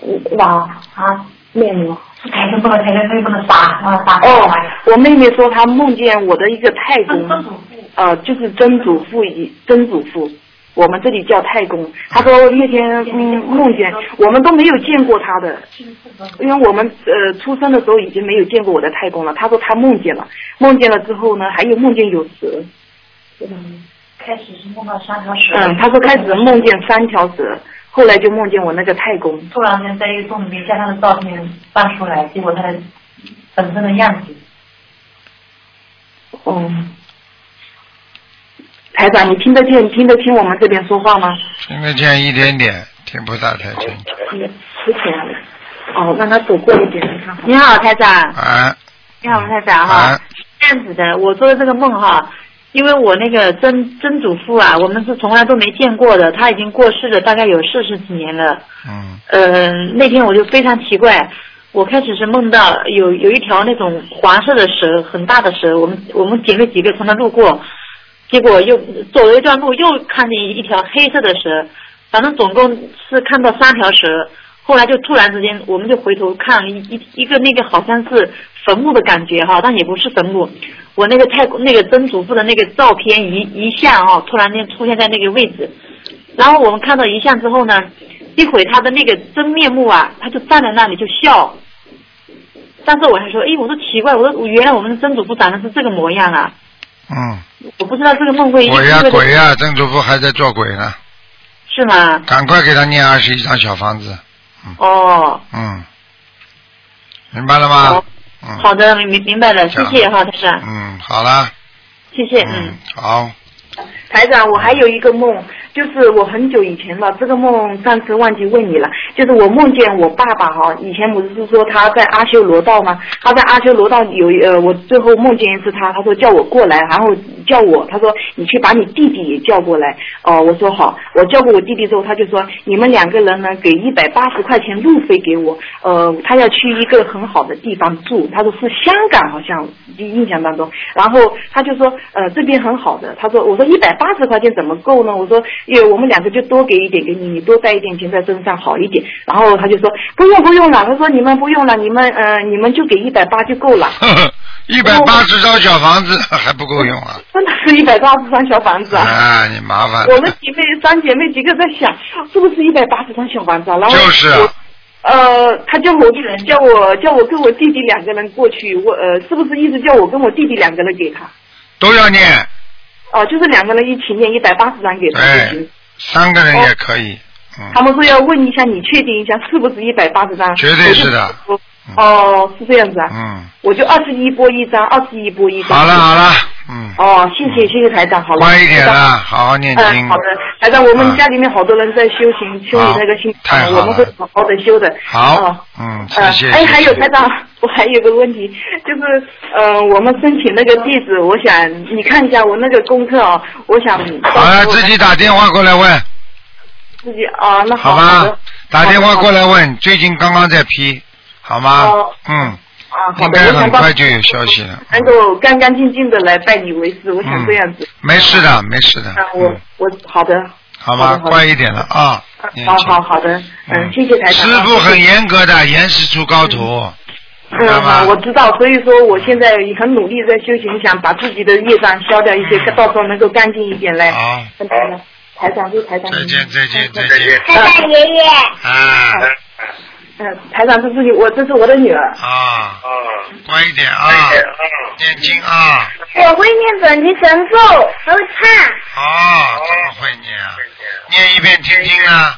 Speaker 5: 你哇啊，妹妹吗。
Speaker 8: 台上不能，台上不能打，不能打。
Speaker 5: 哦，我妹妹说她梦见我的一个太
Speaker 8: 嗯，
Speaker 5: 公，呃，就是曾祖父一曾祖父，我们这里叫太公。他说那天嗯梦见，我们都没有见过他的，因为我们呃出生的时候已经没有见过我的太公了。他说他梦见了，梦见了之后呢，还有梦见有蛇。
Speaker 8: 嗯，开始是梦到三条蛇，
Speaker 5: 嗯，他说开始梦见三条蛇，后来就梦见我那个太公。
Speaker 8: 突然间在一个洞里面将他的照片翻出来，结果他的本身的样子。
Speaker 5: 哦、台长，你听得见听得清我们这边说话吗？
Speaker 2: 听得见一点点，听不大太清楚。
Speaker 5: 也之前，哦，让他走过一点，看好。
Speaker 9: 你好，台长。
Speaker 2: 啊
Speaker 9: 你好，台长哈
Speaker 2: 啊。，
Speaker 9: 这样子的，我做的这个梦哈，因为我那个曾曾祖父啊，我们是从来都没见过的，他已经过世了，大概有四十几年了。
Speaker 2: 嗯
Speaker 9: 呃，那天我就非常奇怪，我开始是梦到有有一条那种黄色的蛇，很大的蛇，我们我们姐妹几个从那路过，结果又走了一段路，又看见一条黑色的蛇，反正总共是看到三条蛇。后来就突然之间，我们就回头看一一一个那个好像是坟墓的感觉哈，但也不是坟墓。我那个太那个曾祖父的那个照片遗遗像哦，突然间出现在那个位置，然后我们看到遗像之后呢，一会他的那个真面目啊，他就站在那里就笑。但是我还说，哎，我说奇怪，我说原来我们的曾祖父长得是这个模样啊，
Speaker 2: 嗯，
Speaker 9: 我不知道这个梦会
Speaker 2: 鬼呀、
Speaker 9: 因为
Speaker 2: 鬼啊呀、曾祖父还在做鬼呢，
Speaker 9: 是吗？
Speaker 2: 赶快给他念二十一张小房子，
Speaker 9: 哦，
Speaker 2: 嗯，明白了吗
Speaker 9: 好？
Speaker 2: 嗯
Speaker 9: 好的，明明明白了，谢谢哈，先生，
Speaker 2: 嗯，好了，
Speaker 9: 谢谢，嗯
Speaker 2: 嗯，好，
Speaker 5: 台长，我还有一个梦，就是我很久以前了，这个梦上次忘记问你了，就是我梦见我爸爸哈，以前不是说他在阿修罗道吗？他在阿修罗道有呃，我最后梦见一次他，他说叫我过来，然后叫我，他说你去把你弟弟也叫过来，哦、我说好，我叫过我弟弟之后，他就说你们两个人呢给一百八十块钱路费给我，呃，他要去一个很好的地方住，他说是香港好像印象当中，然后他就说呃这边很好的，他说我说一百八十块钱怎么够呢？我说因为我们两个就多给一点给你，你多带一点钱在身上好一点，然后他就说不用不用了，他说你们不用了，你们呃你们就给一百八就够了。
Speaker 2: 一百八十张小房子 还不够用啊！
Speaker 5: 真的是一百八十张小房子啊！
Speaker 2: 啊，你麻烦
Speaker 5: 我们
Speaker 2: 了，
Speaker 5: 姐妹三姐妹几个在想，是不是一百八十张小房子啊？然后
Speaker 2: 就是啊
Speaker 5: 我呃，他叫我叫我叫我跟我弟弟两个人过去，我呃，是不是一直叫我跟我弟弟两个人给他？
Speaker 2: 都要念，
Speaker 5: 哦、就是两个人一起念一百八十张给他就
Speaker 2: 对
Speaker 5: 行。，
Speaker 2: 三个人也可以，哎嗯
Speaker 5: 嗯他，们说要问一下，你确定一下是不是一百八十张？
Speaker 2: 绝对是的
Speaker 5: 我就。哦，是这样子啊，
Speaker 2: 嗯，
Speaker 5: 我就二十一拨一张，二十一拨一张。
Speaker 2: 好了好了，嗯，
Speaker 5: 哦，谢谢谢谢台长，好了。
Speaker 2: 乖一点
Speaker 5: 台长
Speaker 2: 啦，好好念
Speaker 5: 嗯，
Speaker 2: 经
Speaker 5: 好，的，台长，我
Speaker 2: 啊
Speaker 5: 们家里面好多人在修行，修你那个心
Speaker 2: 好啊太好了
Speaker 5: 我们会好好的修的。哦
Speaker 2: 好，嗯，谢
Speaker 5: 呃
Speaker 2: 谢。
Speaker 5: 哎，还有
Speaker 2: 谢谢
Speaker 5: 台长， 我还有个问题，就是呃，我们申请那个地址，我想你看一下我那个功课哦，我想
Speaker 2: 好啊了，自己打电话过来问，
Speaker 5: 自己啊，那好好
Speaker 2: 吧
Speaker 5: 的？
Speaker 2: 打电话过来问，最近刚刚在批，好吗
Speaker 5: 哦？
Speaker 2: 嗯，
Speaker 5: 啊，好
Speaker 2: 应
Speaker 5: 的，
Speaker 2: 该
Speaker 5: 我
Speaker 2: 很
Speaker 5: 想帮
Speaker 2: 快就有消息了。
Speaker 5: 能够干干净净的来拜你为师，我想这样子。
Speaker 2: 没事的，没事的
Speaker 5: 啊，，我
Speaker 2: 嗯，
Speaker 5: 我好的，
Speaker 2: 好
Speaker 5: 好
Speaker 2: 吧，
Speaker 5: 的好的
Speaker 2: 乖一点了啊。年
Speaker 5: 好
Speaker 2: 轻
Speaker 5: 好好的，嗯，谢谢台长
Speaker 2: 师
Speaker 5: 啊。
Speaker 2: 傅很严格的，严师出高徒，明白
Speaker 5: 嗯，好，我
Speaker 2: 吗？
Speaker 5: 知道，所以说我现在也很努力在修行，想把自己的业障消掉一些，
Speaker 2: 嗯
Speaker 5: 到时候能够干净一点嘞。
Speaker 2: 好，
Speaker 5: 跟台长，台长是台长。
Speaker 2: 再见，再见，再见
Speaker 7: 台长爷爷，
Speaker 2: 啊
Speaker 5: 嗯，台长，这是你，我这是我的女儿。
Speaker 2: 啊，
Speaker 5: 哦
Speaker 2: 乖一点啊，念经啊，
Speaker 7: 我会念本地神咒，好唱。
Speaker 2: 哦，怎么会念啊？念一遍听听啊，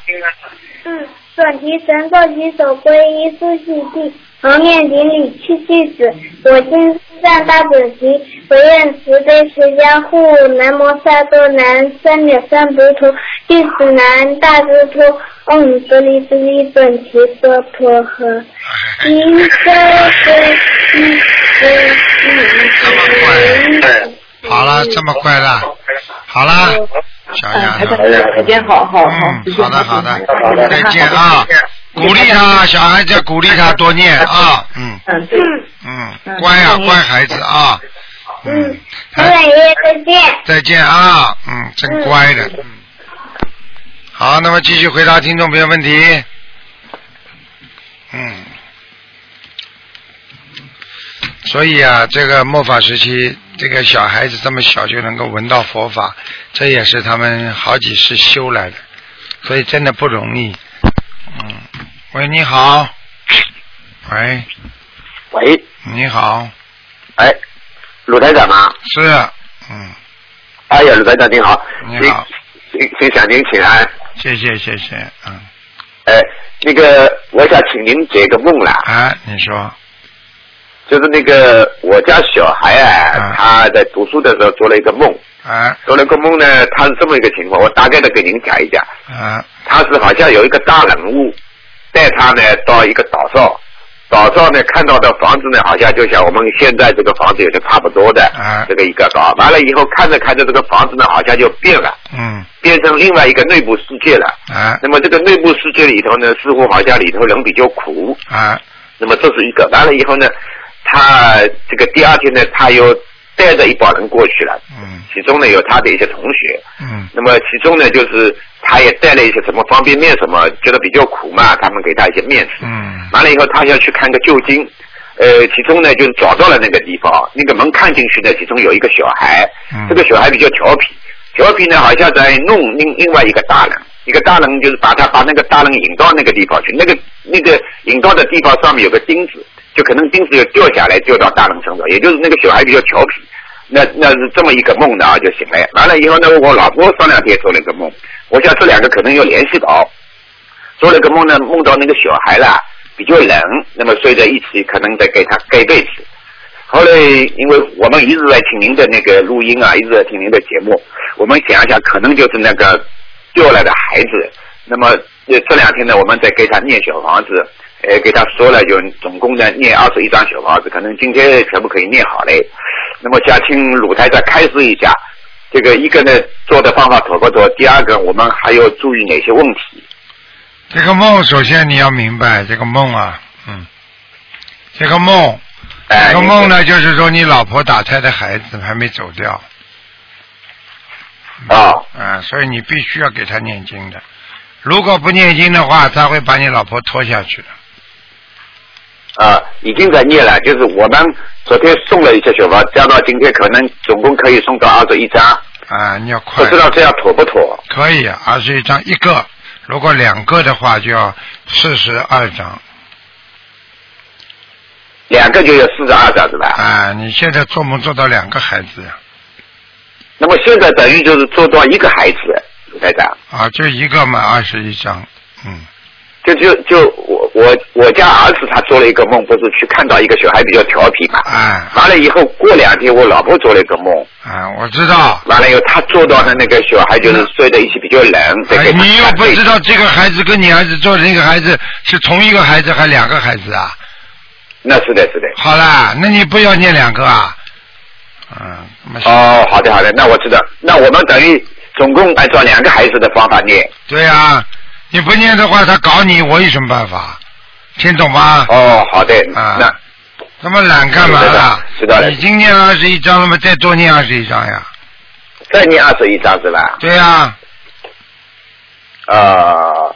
Speaker 7: 嗯，准提神咒及手皈依速系地，蒙面顶礼去弟子，我今赞大子及，唯愿慈悲释迦护南摩萨多南三藐三菩提，弟子南大智度，唵德利斯利准提娑婆诃。一生皈依皈依
Speaker 2: 这好了，这么快了，好了，小
Speaker 5: 嗯，
Speaker 2: 丫
Speaker 5: 台
Speaker 2: 头
Speaker 5: 长，，时间好好好，
Speaker 2: 嗯
Speaker 5: 时，间
Speaker 2: 好的好的，
Speaker 5: 好
Speaker 2: 再见啊，鼓励他，小孩子要鼓励他多念啊，嗯
Speaker 5: 嗯，对，
Speaker 2: 嗯，乖啊，乖孩子啊，嗯，
Speaker 7: 台长爷爷再见。
Speaker 2: 再见啊，嗯，真乖的。嗯。好，那么继续回答听众朋友问题。嗯。所以啊，这个末法时期，这个小孩子这么小就能够闻到佛法，这也是他们好几世修来的，所以真的不容易。嗯，喂，你好，喂，
Speaker 10: 喂，
Speaker 2: 你好，
Speaker 10: 哎，鲁台长吗？
Speaker 2: 是，嗯，
Speaker 10: 哎呀，鲁台长您好，
Speaker 2: 你好，
Speaker 10: 请请向您请安。
Speaker 2: 谢谢谢谢，嗯，
Speaker 10: 哎，那个我想请您解个梦啦，
Speaker 2: 哎，你说，
Speaker 10: 就是那个我家小孩
Speaker 2: 嗯
Speaker 10: 啊，他在读书的时候做了一个梦，
Speaker 2: 哎，
Speaker 10: 做了个梦呢，他是这么一个情况，我大概的给您讲一讲，
Speaker 2: 啊，
Speaker 10: 他是好像有一个大人物带他呢到一个岛上，岛上呢看到的房子呢，好像就像我们现在这个房子有点差不多的，
Speaker 2: 啊
Speaker 10: 这个一个岛，完了以后看着看着这个房子呢，好像就变了，
Speaker 2: 嗯，
Speaker 10: 变成另外一个内部世界了。
Speaker 2: 啊，
Speaker 10: 那么这个内部世界里头呢，似乎好像里头人比较苦。
Speaker 2: 啊，
Speaker 10: 那么这是一个。完了以后呢，他这个第二天呢，他又带着一帮人过去了，
Speaker 2: 嗯
Speaker 10: 其中呢有他的一些同学。
Speaker 2: 嗯
Speaker 10: 那么其中呢，就是他也带了一些什么方便面什么，觉得比较苦嘛，他们给他一些面吃。
Speaker 2: 嗯
Speaker 10: 完了以后，他要去看个究竟。呃，其中呢，就是找到了那个地方，那个门看进去呢，其中有一个小孩，
Speaker 2: 嗯，
Speaker 10: 这个小孩比较调皮，调皮呢好像在弄另另外一个大人，一个大人就是把他把那个大人引到那个地方去，那个那个引到的地方上面有个钉子，就可能钉子就掉下来掉到大人身上，也就是那个小孩比较调皮。那那是这么一个梦呢啊，就醒来。完了以后呢，我老婆上两天做了一个梦，我想这两个可能有联系到。做了个梦呢，梦到那个小孩啦比较冷，那么睡在一起，可能在给他盖被子。后来，因为我们一直在听您的那个录音啊，一直在听您的节目，我们想一想，可能就是那个掉了的孩子。那么呃这两天呢，我们在给他念小房子，呃，给他说了，就总共呢念二十一张小房子，可能今天全部可以念好嘞。那么想请鲁台再开示一下，这个一个呢做的方法妥不妥？第二个，我们还要注意哪些问题？
Speaker 2: 这个梦首先你要明白这个梦啊，嗯，这个梦，
Speaker 10: 哎
Speaker 2: 这个梦呢，就是说你老婆打胎的孩子还没走掉，
Speaker 10: 啊、
Speaker 2: 啊，所以你必须要给他念经的。如果不念经的话，他会把你老婆拖下去的。
Speaker 10: 啊，已经在念了，就是我们昨天送了一些小房，加到今天可能总共可以送到二十一张，
Speaker 2: 啊，你要快
Speaker 10: 不。知道这样妥不妥？
Speaker 2: 可以，二十一张一个，如果两个的话就要四十二张。
Speaker 10: 两个就有四十二张是吧？
Speaker 2: 啊，你现在做梦做到两个孩子呀？
Speaker 10: 那么现在等于就是做到一个孩子，卢台长，
Speaker 2: 啊，就一个嘛，二十一张。嗯，
Speaker 10: 就就就我我我家儿子他做了一个梦，不是去看到一个小孩比较调皮嘛？
Speaker 2: 啊
Speaker 10: 完了以后过两天我老婆做了一个梦，
Speaker 2: 啊，我知道。
Speaker 10: 完了以后她做到的那个小孩就是睡在一起比较冷，在
Speaker 2: 嗯哎，
Speaker 10: 给他
Speaker 2: 你又
Speaker 10: 盖
Speaker 2: 不
Speaker 10: 被
Speaker 2: 知
Speaker 10: 子
Speaker 2: 道这个孩子跟你儿子做的那个孩子是同一个孩子还两个孩子啊？
Speaker 10: 那是的是的。
Speaker 2: 好啦，那你不要念两个啊。嗯，那么
Speaker 10: 哦，好的好的，那我知道。那我们等于总共按照两个孩子的方法念。
Speaker 2: 对呀、你不念的话，他搞你，我有什么办法？听懂吗？
Speaker 10: 哦，好的，
Speaker 2: 啊
Speaker 10: 那
Speaker 2: 那么懒干嘛啦？
Speaker 10: 知道了知道了
Speaker 2: 已经念二十一章了嘛，再多念二十一章呀。
Speaker 10: 再念二十一张是吧？
Speaker 2: 对呀、
Speaker 10: 啊、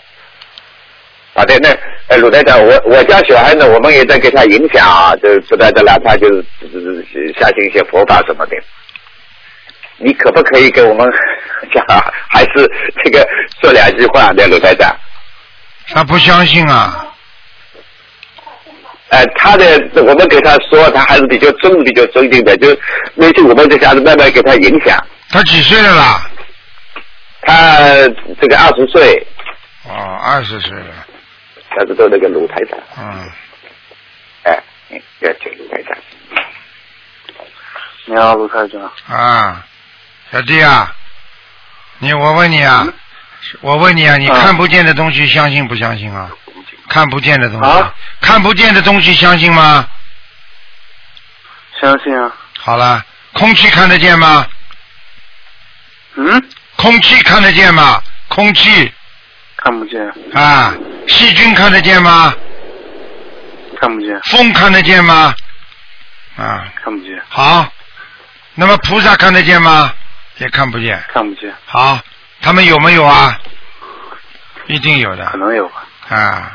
Speaker 10: 好的，那呃，鲁台长，我我家小孩呢，我们也在给他影响啊，就是不断的让他就是就是相信一些佛法什么的。你可不可以给我们讲，还是这个说两句话呢，鲁台长？
Speaker 2: 他不相信啊。
Speaker 10: 呃，他的我们给他说，他还是比较尊比较尊敬的，就是那些我们这下子慢慢给他影响。
Speaker 2: 他几岁了啦？
Speaker 10: 他这个二十岁，
Speaker 2: 哦，二十岁了。
Speaker 10: 他是做那个鲁台长，
Speaker 2: 嗯，
Speaker 10: 哎，嗯要请鲁台长。你好，卢台长。
Speaker 2: 啊，小弟啊，你我问你
Speaker 10: 嗯
Speaker 2: 啊，我问你啊，你看不见的东西相信不相信啊？看不见的东西，
Speaker 10: 啊
Speaker 2: 看不见的东西相信吗？
Speaker 10: 相信啊。
Speaker 2: 好了，空气看得见吗？
Speaker 10: 嗯？
Speaker 2: 空气看得见吗？空气
Speaker 10: 看不见，
Speaker 2: 啊，细菌看得见吗？
Speaker 10: 看不见，
Speaker 2: 风看得见吗？啊，
Speaker 10: 看不见，
Speaker 2: 好，那么菩萨看得见吗？也看不见。
Speaker 10: 看不见，
Speaker 2: 好，他们有没有啊？一定有的
Speaker 10: 可能有吧。
Speaker 2: 啊！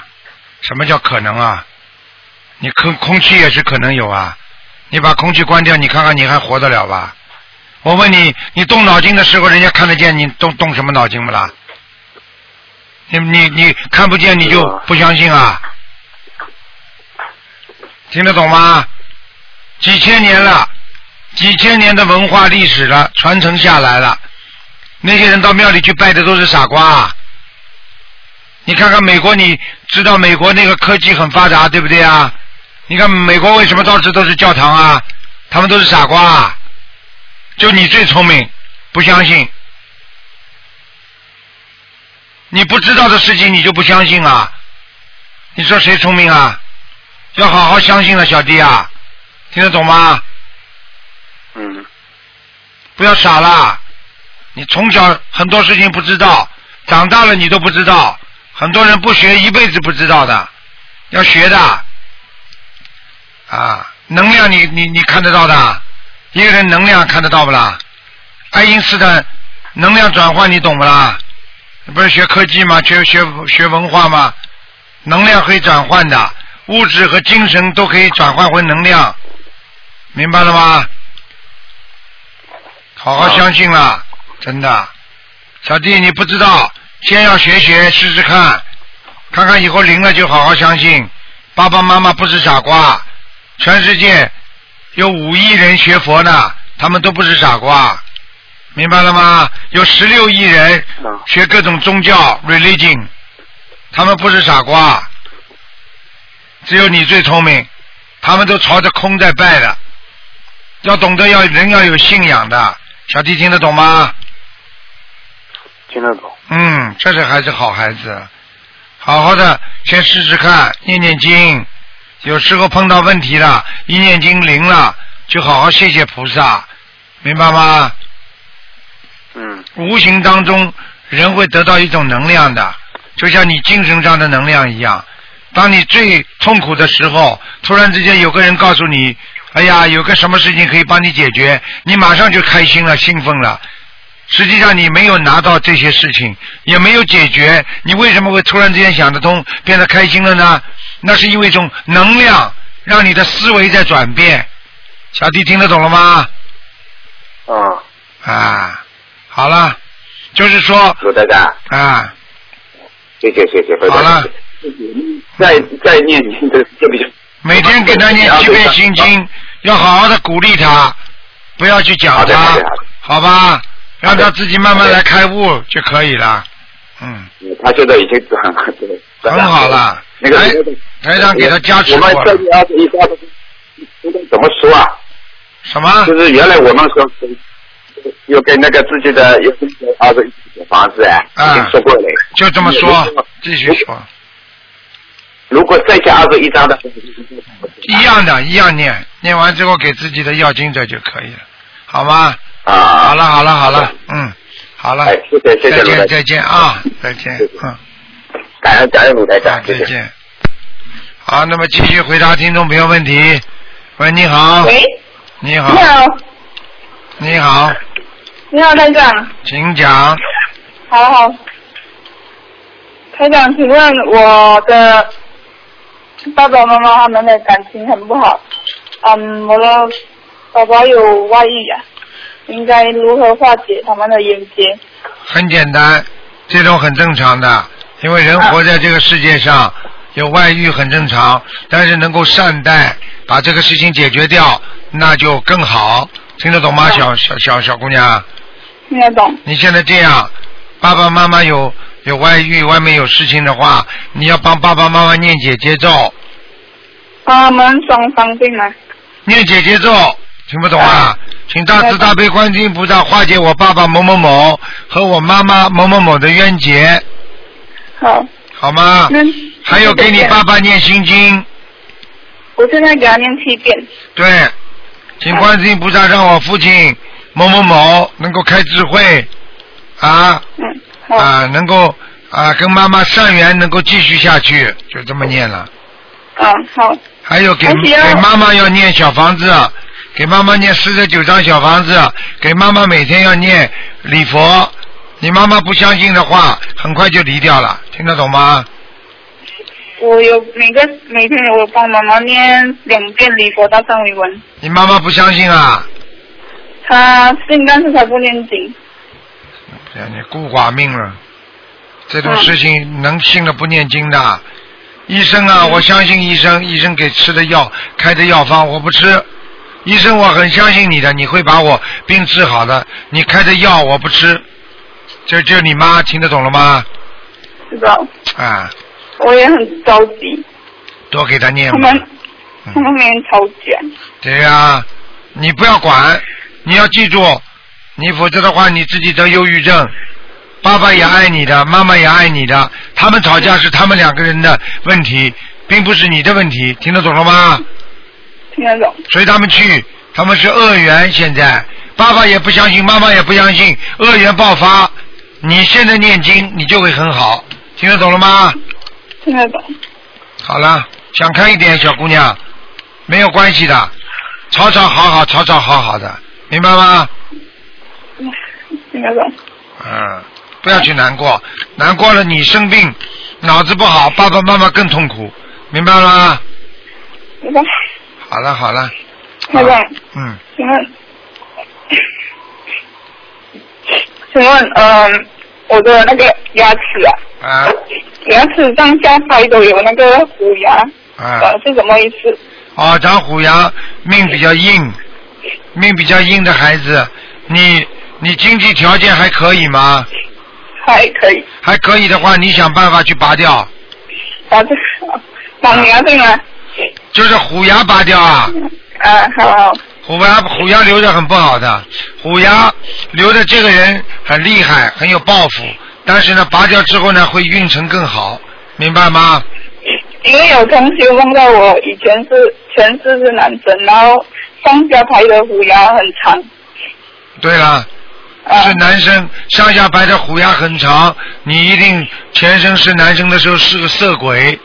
Speaker 2: 什么叫可能啊？你空空气也是可能有啊，你把空气关掉，你看看你还活得了吧？我问你，你动脑筋的时候，人家看得见，你动动什么脑筋不啦？你你你看不见，你就不相信啊？听得懂吗？几千年了，几千年的文化历史了，传承下来了。那些人到庙里去拜的都是傻瓜、啊。你看看美国，你知道美国那个科技很发达，对不对啊？你看美国为什么到处都是教堂啊？他们都是傻瓜、啊，就你最聪明，不相信。你不知道的事情你就不相信啊？你说谁聪明啊？要好好相信了，小弟啊，听得懂吗？
Speaker 10: 嗯，
Speaker 2: 不要傻了，你从小很多事情不知道，长大了你都不知道，很多人不学一辈子不知道的，要学的。啊，能量你你你看得到的，一个人能量看得到不啦？爱因斯坦能量转换你懂不啦？不是学科技吗？学学学文化吗？能量可以转换的，物质和精神都可以转换回能量，明白了吗？好好相信了，真的。小弟，你不知道，先要学学试试看，看看以后灵了就好好相信。爸爸妈妈不是傻瓜，全世界有五亿人学佛呢，他们都不是傻瓜，明白了吗？有十六亿人学各种宗教 religion，他们不是傻瓜，只有你最聪明，他们都朝着空在拜的。要懂得要人要有信仰的，小弟听得懂吗？
Speaker 11: 听得懂。
Speaker 2: 嗯，这是还是好孩子。好好的先试试看，念念经。有时候碰到问题了，一念经灵了，就好好谢谢菩萨，明白吗？
Speaker 11: 嗯
Speaker 2: 无形当中人会得到一种能量的，就像你精神上的能量一样。当你最痛苦的时候，突然之间有个人告诉你：“哎呀，有个什么事情可以帮你解决”，你马上就开心了、兴奋了。实际上你没有拿到这些事情，也没有解决，你为什么会突然之间想得通，变得开心了呢？那是因为一种能量让你的思维在转变。小弟听得懂了吗？
Speaker 11: 啊，
Speaker 2: 啊，好了，就是说
Speaker 10: 卢台长，
Speaker 2: 啊，
Speaker 10: 谢谢谢谢，好了，再再念经的这里就
Speaker 2: 每天给他念
Speaker 10: 啊
Speaker 2: 七遍心经，要好好的鼓励他，不要去
Speaker 10: 啊
Speaker 2: 讲他，好吧？让他自己慢慢来开悟就可以了。嗯，
Speaker 10: 他现在已经转了，对
Speaker 2: 很好了。哎
Speaker 10: 那个
Speaker 2: 台长给他加持
Speaker 10: 我们
Speaker 2: 过
Speaker 10: 这
Speaker 2: 了。
Speaker 10: 里二十一家怎么说啊？
Speaker 2: 什么？
Speaker 10: 就是原来我们说有给那个自己的有给二十一的房子哎，已经说过了。
Speaker 2: 啊
Speaker 10: 嗯
Speaker 2: 就这么说，继续说，
Speaker 10: 如果再加二十一张的，
Speaker 2: 一样的，一样念，念完之后给自己的要经者就可以了，好吗？
Speaker 10: 啊，哎
Speaker 2: 好了，好了，好了，嗯，好了，
Speaker 10: 谢谢谢谢
Speaker 2: 再
Speaker 10: 卢台长
Speaker 2: 见，再见啊，再见，嗯。
Speaker 10: 感恩感恩卢台
Speaker 2: 长，再见。好，那么继续回答听众朋友问题。喂，你好。
Speaker 12: 喂。
Speaker 2: 你好
Speaker 12: 你。好，
Speaker 2: 你好，
Speaker 12: 你好，台长，
Speaker 2: 请讲。
Speaker 12: 好好。台长，请问我的爸爸妈妈他们的感情很不好，嗯，我的宝宝有外遇啊，应该如何化解他们的冤结？
Speaker 2: 很简单，这种很正常的，因为
Speaker 12: 啊
Speaker 2: 人活在这个世界上，有外遇很正常，但是能够善待，把这个事情解决掉，那就更好。听得懂吗，小小小小姑娘？
Speaker 12: 嗯听得懂？
Speaker 2: 你现在这样，爸爸妈妈有有外遇，外面有事情的话，你要帮爸爸妈妈念姐姐咒，
Speaker 12: 他们双方对吗？
Speaker 2: 念姐姐咒，听不懂啊？
Speaker 12: 嗯
Speaker 2: 请大慈大悲观世音菩萨化解我爸爸某某某和我妈妈某某某的冤结。
Speaker 12: 好。
Speaker 2: 好吗？啊
Speaker 12: 嗯
Speaker 2: 还有给你爸爸念心经，
Speaker 12: 我现在给他念七遍。
Speaker 2: 对，请观世音菩萨让我父亲某某某能够开智慧，啊，
Speaker 12: 嗯
Speaker 2: 啊，能够啊跟妈妈善缘能够继续下去，就这么念了。
Speaker 12: 嗯，好。
Speaker 2: 还有给
Speaker 12: 还需要
Speaker 2: 给妈妈要念小房子，给妈妈念四十九张小房子，给妈妈每天要念礼佛。你妈妈不相信的话，很快就离掉了，听得懂吗？
Speaker 12: 我有每个每天我帮妈妈念两遍礼佛大忏悔文，
Speaker 2: 你妈妈不相信啊？
Speaker 12: 她信但是她不念经。
Speaker 2: 哎呀你孤寡命了，这种事情能信了不念经的？医生啊，我相信医生，医生给吃的药、开的药方我不吃。医生，我很相信你的，你会把我病治好的。你开的药我不吃，这就你妈听得懂了吗？
Speaker 12: 知道，
Speaker 2: 啊，
Speaker 12: 我也很着急，
Speaker 2: 多给他念
Speaker 12: 他
Speaker 2: 吧。
Speaker 12: 们
Speaker 2: 嗯
Speaker 12: 他们每天吵架，
Speaker 2: 对呀、你不要管，你要记住，你否则的话你自己得忧郁症。爸爸也爱你的，妈妈也爱你的，他们吵架是他们两个人的问题，并不是你的问题，听得懂了吗？
Speaker 12: 听得懂。
Speaker 2: 所以他们去，他们是恶缘，现在爸爸也不相信，妈妈也不相信，恶缘爆发。你现在念经，你就会很好，听得懂了吗？
Speaker 12: 听得懂。
Speaker 2: 好了，想开一点，小姑娘，没有关系的，吵吵好好，吵吵好好的，明白吗？
Speaker 12: 嗯听得懂。
Speaker 2: 嗯，不要去难过，难过了你生病，脑子不好，爸爸妈妈更痛苦，明白了吗？
Speaker 12: 明白。
Speaker 2: 好了好了，
Speaker 12: 台长，
Speaker 2: 啊嗯，
Speaker 12: 请问， 请问，嗯、我的那个牙齿啊，
Speaker 2: 啊
Speaker 12: 牙齿上下排都有那个虎牙，
Speaker 2: 啊
Speaker 12: 呃，，是什么意思？
Speaker 2: 哦，长虎牙，命比较硬，命比较硬的孩子，你你经济条件还可以吗？
Speaker 12: 还可以。
Speaker 2: 还可以的话，你想办法去拔掉，
Speaker 12: 把这个绑牙对吗？
Speaker 2: 就是虎牙拔掉啊。
Speaker 12: 啊，好，
Speaker 2: 虎牙虎牙留着很不好的，虎牙留着这个人很厉害，很有抱负，但是呢，拔掉之后呢，会运程更好，明白吗？
Speaker 12: 因为有同学梦到我以前是前世是男生，然后上下排的虎牙很长，
Speaker 2: 对了，是男生上下排的虎牙很长，你一定前生是男生的时候是个色鬼，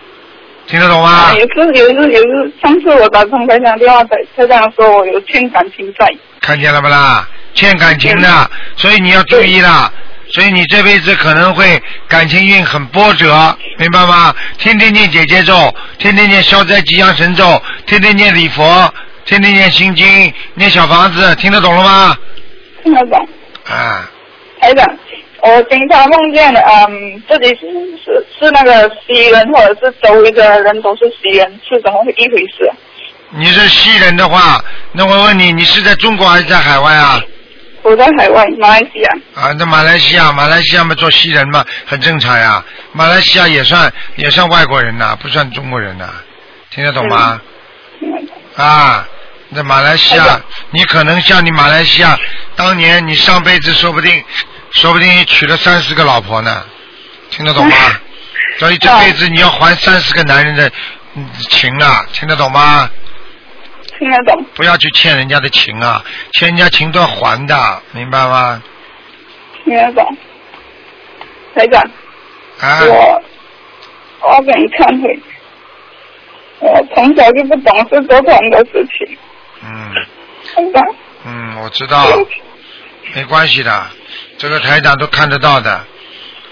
Speaker 2: 听得懂吗？
Speaker 12: 也是也是也是，上次我打通台长电话，台台长说我有欠感情债，
Speaker 2: 看见了不啦？欠感情的，所以你要注意啦。所以你这辈子可能会感情运很波折，明白吗？天天念姐姐咒，天天念消灾吉祥神咒，天天念礼佛，天天念心经，念小房子，听得懂了吗？
Speaker 12: 听得懂？
Speaker 2: 啊，
Speaker 12: 台长，我经常梦见，嗯，自己是是是那个西人，或者是周围的人都是西人，是怎么一回事啊？
Speaker 2: 你是西人的话，那我问你，你是在中国还是在海外啊？
Speaker 12: 我在海外，马来西亚。
Speaker 2: 啊，那马来西亚，马来西亚嘛做西人嘛，很正常呀。马来西亚也算也算外国人呐、不算中国人呐、听得懂吗？
Speaker 12: 嗯
Speaker 2: 啊，那马来
Speaker 12: 哎
Speaker 2: 西亚，你可能像你马来西亚当年，你上辈子说不定，说不定你娶了三十个老婆呢，听得懂吗？
Speaker 12: 哎
Speaker 2: 所以这辈子你要还三十个男人的嗯情啊，听得懂吗？
Speaker 12: 听得懂。
Speaker 2: 不要去欠人家的情啊，欠人家情都要还的，明白吗？
Speaker 12: 听得懂？台长，
Speaker 2: 啊。
Speaker 12: 我我跟你忏悔，我从小就不懂事做错很多事情，
Speaker 2: 嗯
Speaker 12: 台长，
Speaker 2: 嗯，我知道，没关系的，这个台长都看得到的。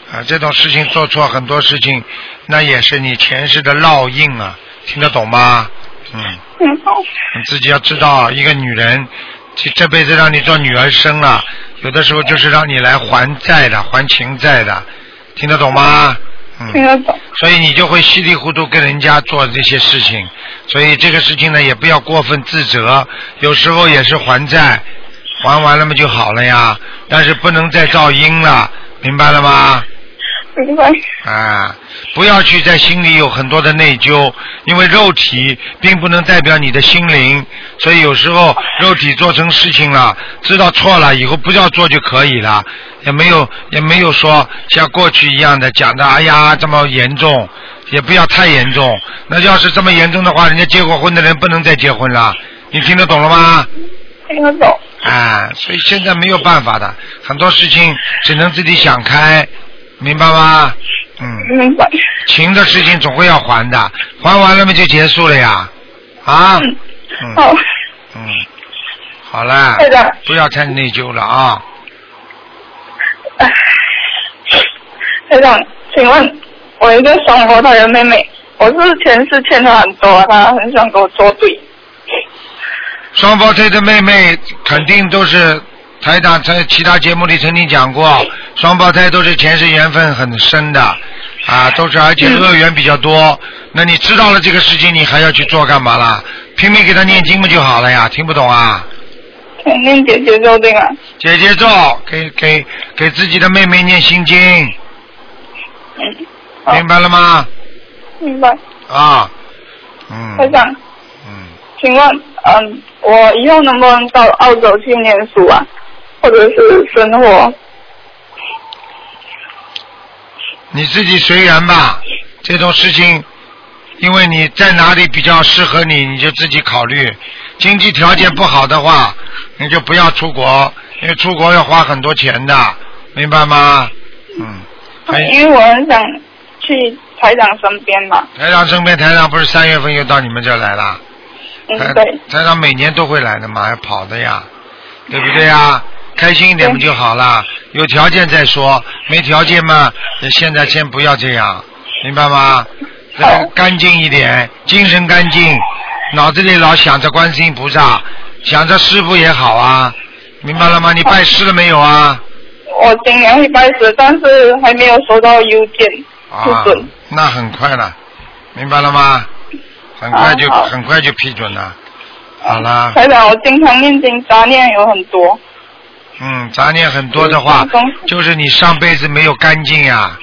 Speaker 2: 啊，这种事情做错很多事情，那也是你前世的烙印啊，听得懂吗？嗯，你自己要知道，一个女人这这辈子让你做女儿身了，有的时候就是让你来还债的，还情债的，听得懂吗？嗯，
Speaker 12: 听得懂。
Speaker 2: 所以你就会稀里糊涂跟人家做这些事情，所以这个事情呢也不要过分自责，有时候也是还债，还完了嘛就好了呀，但是不能再造因了，明白了吗？
Speaker 12: 明
Speaker 13: 嗯
Speaker 12: 白？
Speaker 2: 啊，不要去在心里有很多的内疚，因为肉体并不能代表你的心灵，所以有时候肉体做成事情了，知道错了以后不要做就可以了，也没有也没有说像过去一样的讲的哎呀这么严重，也不要太严重。那要是这么严重的话，人家结过婚的人不能再结婚了，你听得懂了吗？
Speaker 12: 听得懂？
Speaker 2: 啊，所以现在没有办法的，很多事情只能自己想开，明白吗？嗯。
Speaker 12: 明白。
Speaker 2: 情的事情总会要还的，还完了嘛就结束了呀，啊？嗯。
Speaker 12: 好。
Speaker 2: 嗯，好啦
Speaker 12: 是的。
Speaker 2: 不要太内疚了啊！
Speaker 12: 哎台长，请问我一个双胞胎的妹妹，我是前世欠了很多，他很想跟我作对。
Speaker 2: 双胞胎的妹妹肯定都是台长在其他节目里曾经讲过，双胞胎都是前世缘分很深的，啊，都是而且恶缘比较多。那你知道了这个事情，你还要去做干嘛啦？拼命给他念经不就好了呀？听不懂啊？
Speaker 12: 肯定姐姐咒对啊吗？
Speaker 2: 姐姐咒，给给给自己的妹妹念心经，明白了吗？
Speaker 12: 嗯明白。
Speaker 2: 啊，嗯，
Speaker 12: 台长。嗯。请问，嗯，我以后能不能到澳洲去念书啊？或者是生活？
Speaker 2: 你自己随缘吧，这种事情，因为你在哪里比较适合你，你就自己考虑。经济条件不好的话，你就不要出国，因为出国要花很多钱的，明白吗？嗯，还
Speaker 12: 因为我很想去台长身边嘛。
Speaker 2: 台长身边，台长不是三月份又到你们这儿来了？
Speaker 12: 嗯，
Speaker 2: 台
Speaker 12: 对，
Speaker 2: 台长每年都会来的嘛，要跑的呀，对不对呀？开心一点不就好啦？
Speaker 12: 嗯
Speaker 2: 有条件再说，没条件嘛，那现在先不要这样，明白吗？人干净一点，精神干净，脑子里老想着观世音菩萨，想着师傅也好啊，明白了吗？你拜师了没有啊？
Speaker 12: 我今年会开始，但是还没有收到邮件。
Speaker 2: 啊，那很快了，明白了吗？很快就、
Speaker 12: 啊好
Speaker 2: 很快就批准了，好啦，
Speaker 12: 台长，我经常念经，杂念有很多。
Speaker 2: 嗯，杂念很多的话，就是你上辈子没有干净呀、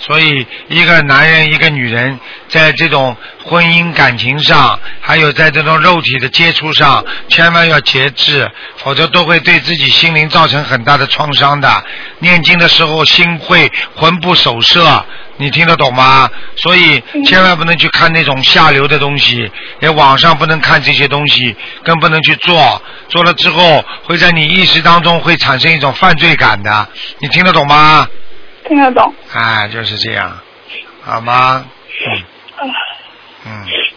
Speaker 2: 所以一个男人一个女人在这种婚姻感情上，还有在这种肉体的接触上，千万要节制，否则都会对自己心灵造成很大的创伤的。念经的时候心会魂不守舍，你听得懂吗？所以千万不能去看那种下流的东西，也网上不能看这些东西，更不能去做。做了之后，会在你意识当中会产生一种犯罪感的，你听得懂吗？
Speaker 12: 听得懂。
Speaker 2: 哎，就是这样，好吗？嗯
Speaker 12: 啊
Speaker 2: 嗯，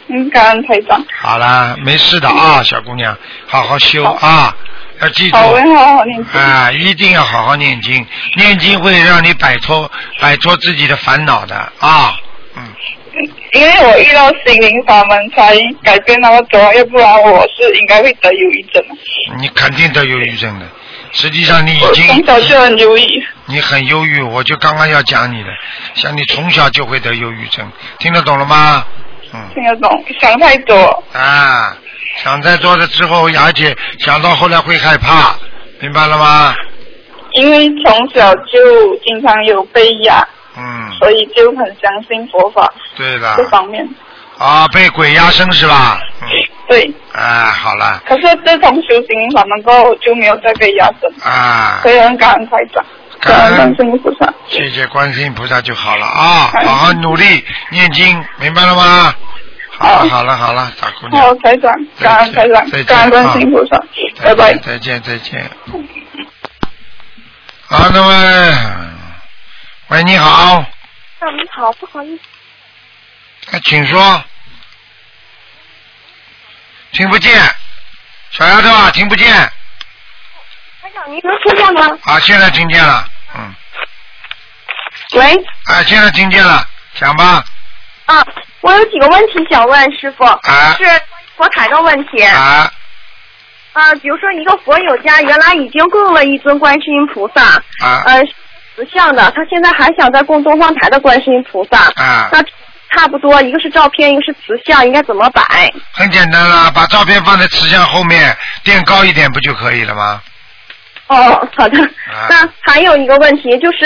Speaker 12: 嗯，感恩台长。
Speaker 2: 好啦，没事的啊，小姑娘，好好修啊，要记
Speaker 12: 嗯
Speaker 2: 住。
Speaker 12: 好，我会好好念经。
Speaker 2: 啊，一定要好好念经，念经会让你摆脱摆脱自己的烦恼的啊。
Speaker 12: 因为我遇到心灵法门才改变那个走，要不然我是应该会得忧郁症。
Speaker 2: 你肯定得忧郁症的，实际上你已经
Speaker 12: 从小就很忧郁。
Speaker 2: 你很忧郁，我就刚刚要讲你的，像你从小就会得忧郁症，听得懂了吗？嗯
Speaker 12: 听得懂，想太多。
Speaker 2: 啊，想在做了之后，而且想到后来会害怕，明白了吗？
Speaker 12: 因为从小就经常有被压，
Speaker 2: 嗯，
Speaker 12: 所以就很相信佛法
Speaker 2: 对了
Speaker 12: 这，方面。
Speaker 2: 啊，被鬼压身是吧？
Speaker 12: 对，
Speaker 2: 啊，好了，
Speaker 12: 可是自从修心灵法门过后，我就没有再被压身，
Speaker 2: 啊，
Speaker 12: 所以很感恩台长，
Speaker 2: 感
Speaker 12: 感恩
Speaker 2: 恩
Speaker 12: 观世音菩萨。
Speaker 2: 谢谢观世音菩萨就好了啊，好好努力念经，明白了吗？好了，好了，好了，大姑娘，
Speaker 12: 好，台长，感恩台长
Speaker 2: 再，见
Speaker 12: 感
Speaker 2: 啊
Speaker 12: 恩观世音菩萨，拜拜。
Speaker 2: 再见，再见。好，那么，喂，你好，
Speaker 13: 啊，你好，不好意思，
Speaker 2: 哎请说。听不见，小丫头啊，听不见
Speaker 13: 台长，您能听见吗？
Speaker 2: 啊，现在听见了，嗯，
Speaker 13: 喂，
Speaker 2: 啊，现在听见了，讲吧，
Speaker 13: 啊，我有几个问题想问师傅，
Speaker 2: 啊
Speaker 13: 是佛台的问题。
Speaker 2: 啊。
Speaker 13: 啊，比如说一个佛友家原来已经供了一尊观世音菩萨，
Speaker 2: 啊
Speaker 13: 呃，是慈像的，他现在还想再供东方台的观世音菩萨，
Speaker 2: 啊
Speaker 13: 那差不多一个是照片，一个是慈像，应该怎么摆？
Speaker 2: 很简单啦，把照片放在瓷像后面，垫高一点不就可以了
Speaker 13: 啊
Speaker 2: 吗？
Speaker 13: 哦，好的。
Speaker 2: 啊
Speaker 13: 那还有一个问题就是，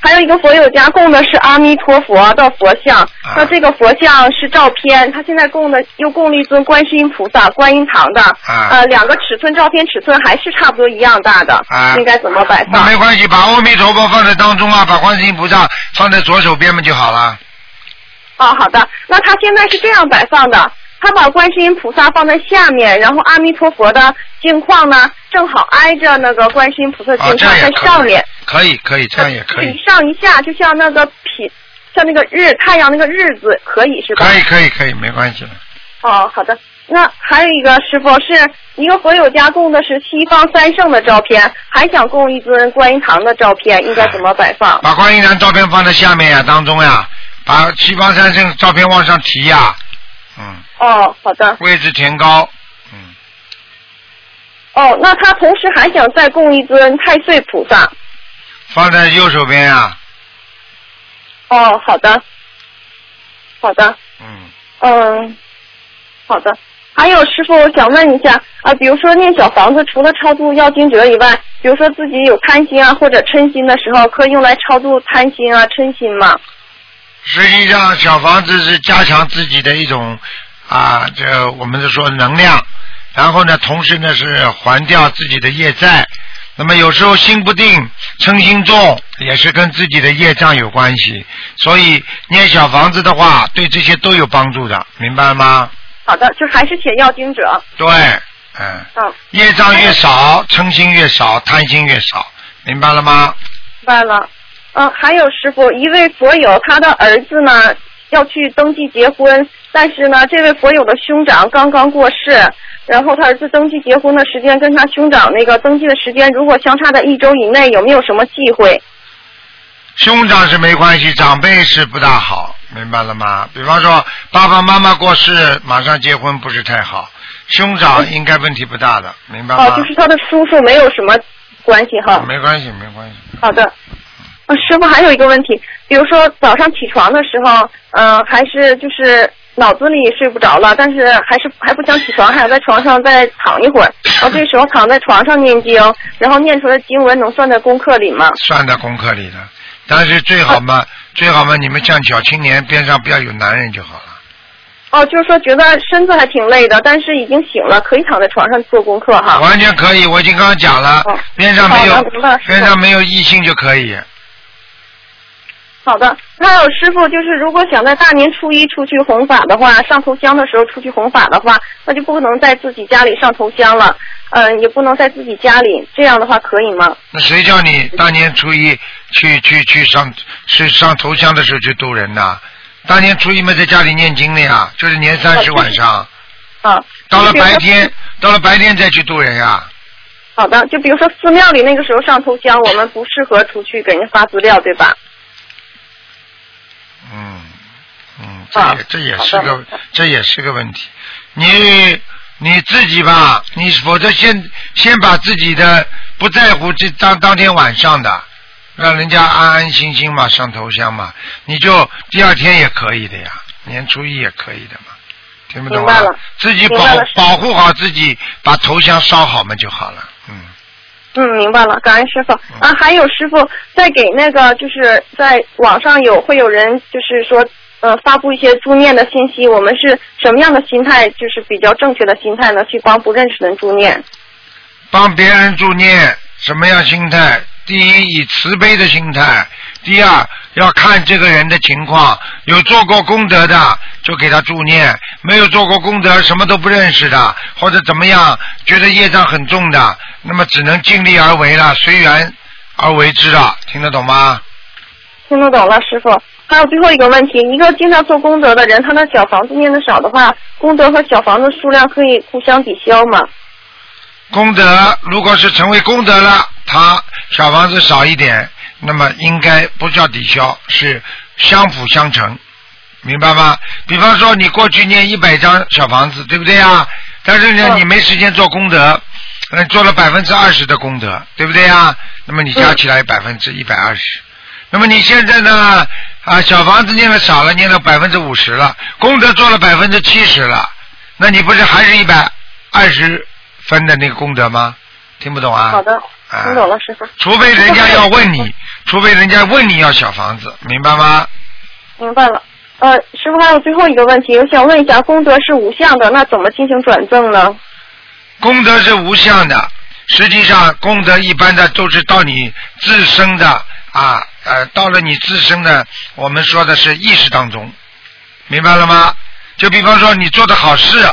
Speaker 13: 还有一个佛友家供的是阿弥陀佛的佛像，
Speaker 2: 啊
Speaker 13: 那这个佛像是照片，他现在供的又供了一尊观世音菩萨观音堂的，
Speaker 2: 啊
Speaker 13: 呃，两个尺寸照片尺寸还是差不多一样大的，
Speaker 2: 啊
Speaker 13: 应该怎么摆
Speaker 2: 那
Speaker 13: 放？
Speaker 2: 没关系，把阿弥陀佛放在当中啊，把观世音菩萨放在左手边不就好了？
Speaker 13: 哦，好的。那他现在是这样摆放的，他把观世音菩萨放在下面，然后阿弥陀佛的镜框呢正好挨着那个观世音菩萨
Speaker 2: 啊，
Speaker 13: 镜
Speaker 2: 这
Speaker 13: 框
Speaker 2: 样也
Speaker 13: 在
Speaker 2: 可以
Speaker 13: 上面。
Speaker 2: 可以可以，这样也可以
Speaker 13: 一，上一下，就像那个品，像那个日太阳那个日子，可以是吧？
Speaker 2: 可以可以可以，没关系的。
Speaker 13: 哦，好的。那还有一个师傅是一个佛友家供的是西方三圣的照片，还想供一尊观音堂的照片，应该怎么摆放？
Speaker 2: 把观音堂照片放在下面呀、当中呀、把西方三圣照片往上提呀、嗯，
Speaker 13: 哦，好的。
Speaker 2: 位置填高，
Speaker 13: 哦，那他同时还想再供一尊太岁菩萨。
Speaker 2: 放在右手边呀、
Speaker 13: 哦，好的，好的。
Speaker 2: 嗯。
Speaker 13: 嗯，好的。还有师傅，我想问一下啊，比如说念小房子，除了超度要经者以外，比如说自己有贪心啊或者嗔心的时候，可以用来超度贪心啊、嗔心吗？
Speaker 2: 实际上，小房子是加强自己的一种啊，这我们是说能量，然后呢，同时呢是还掉自己的业债。那么有时候心不定、嗔心重，也是跟自己的业障有关系。所以念小房子的话，对这些都有帮助的，明白吗？
Speaker 13: 好的，就还是写要经者。
Speaker 2: 对，嗯，
Speaker 13: 嗯，
Speaker 2: 业障越少，嗔心越少，贪心越少，明白了吗？
Speaker 13: 明白了。嗯，还有师傅，一位佛友他的儿子呢要去登记结婚，但是呢，这位佛友的兄长刚刚过世，然后他儿子登记结婚的时间跟他兄长那个登记的时间如果相差在一周以内，有没有什么忌讳？
Speaker 2: 兄长是没关系，长辈是不大好，明白了吗？比方说爸爸妈妈过世，马上结婚不是太好，兄长应该问题不大的，明白吗？
Speaker 13: 哦，就是他的叔叔没有什么关系哈。
Speaker 2: 没关系，没关系。
Speaker 13: 好的。呃，师傅还有一个问题，比如说早上起床的时候，嗯、还是就是脑子里睡不着了，但是还是还不想起床，还想在床上再躺一会儿。然后这时候躺在床上念经，然后念出来经文能算在功课里吗？
Speaker 2: 算在功课里的，但是最好嘛，最好嘛，你们像小青年边上不要有男人就好了。
Speaker 13: 哦，就是说觉得身子还挺累的，但是已经醒了，可以躺在床上做功课哈。
Speaker 2: 完全可以，我已经刚刚讲了，边上没
Speaker 13: 哦好
Speaker 2: 有
Speaker 13: 的明白师傅
Speaker 2: 边上没有异性就可以。
Speaker 13: 好的，还有师傅，就是如果想在大年初一出去弘法的话，上头香的时候出去弘法的话，那就不能在自己家里上头香了，嗯、也不能在自己家里，这样的话可以吗？
Speaker 2: 那谁叫你大年初一去去去上去上头香的时候去渡人呐、大年初一嘛，在家里念经的呀，就是年三十晚上，
Speaker 13: 啊，
Speaker 2: 到了
Speaker 13: 就比如说
Speaker 2: 白天，到了白天再去渡人呀、
Speaker 13: 好的，就比如说寺庙里那个时候上头香，我们不适合出去给人家发资料，对吧？
Speaker 2: 嗯，嗯，这也、这也是个这也是个问题。你你自己吧，你否则先先把自己的不在乎这当当天晚上的，让人家安安心心嘛，上头香嘛，你就第二天也可以的呀，年初一也可以的嘛，听不懂
Speaker 13: 明
Speaker 2: 啊
Speaker 13: 白了？
Speaker 2: 自己
Speaker 13: 明
Speaker 2: 保
Speaker 13: 白了师傅
Speaker 2: 保护好自己，把头香烧好嘛就好了。嗯，
Speaker 13: 嗯，明白了，感恩师傅啊。还有师傅在给那个，就是在网上有会有人就是说，呃，发布一些助念的信息，我们是什么样的心态，就是比较正确的心态呢？去帮不认识的人助念。
Speaker 2: 帮别人助念，什么样心态？第一，以慈悲的心态；第二，要看这个人的情况，有做过功德的就给他助念，没有做过功德、什么都不认识的，或者怎么样，觉得业障很重的，那么只能尽力而为了，随缘而为之了，听得懂吗？
Speaker 13: 听得懂了，师傅。还有最后一个问题，一个经常做功德的人，他的小房子念的少的话，功德和小房子数量可以互相抵消吗？
Speaker 2: 功德如果是成为功德了，他小房子少一点，那么应该不叫抵消，是相辅相成，明白吗？比方说你过去念一百张小房子，对不对呀？但是呢，你没时间做功德，嗯，做了百分之二十的功德，对不对呀？那么你加起来百分之一百二十，那么你现在呢？啊，小房子念的少了，念到百分之五十了，功德做了百分之七十了，那你不是还是一百二十分的那个功德吗？听不懂啊？
Speaker 13: 好的，
Speaker 2: 啊
Speaker 13: 听懂了，师傅。
Speaker 2: 除非人家要 问你，除非人家问你要小房子，明白吗？
Speaker 13: 明白了。呃，师傅还有最后一个问题，我想问一下，功德是无相的，那怎么进行转正呢？
Speaker 2: 功德是无相的，实际上功德一般的都是到你自身的啊呃，到了你自身的，我们说的是意识当中，明白了吗？就比方说你做的好事，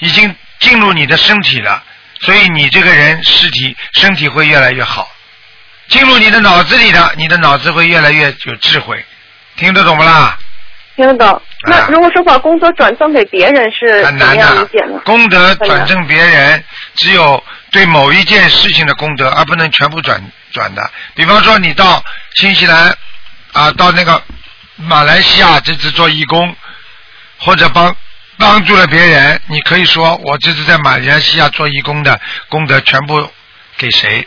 Speaker 2: 已经进入你的身体了，所以你这个人尸体身体会越来越好，进入你的脑子里的，你的脑子会越来越有智慧，听得懂不啦？
Speaker 13: 听得懂？那如果说把功德转赠给别人是怎
Speaker 2: 啊很
Speaker 13: 么
Speaker 2: 难
Speaker 13: 样理
Speaker 2: 的
Speaker 13: 解呢？。
Speaker 2: 功德转正别人，只有对某一件事情的功德，而不能全部转转的。比方说，你到新西兰啊，到那个马来西亚这次做义工，或者帮帮助了别人，你可以说我这次在马来西亚做义工的功德全部给谁，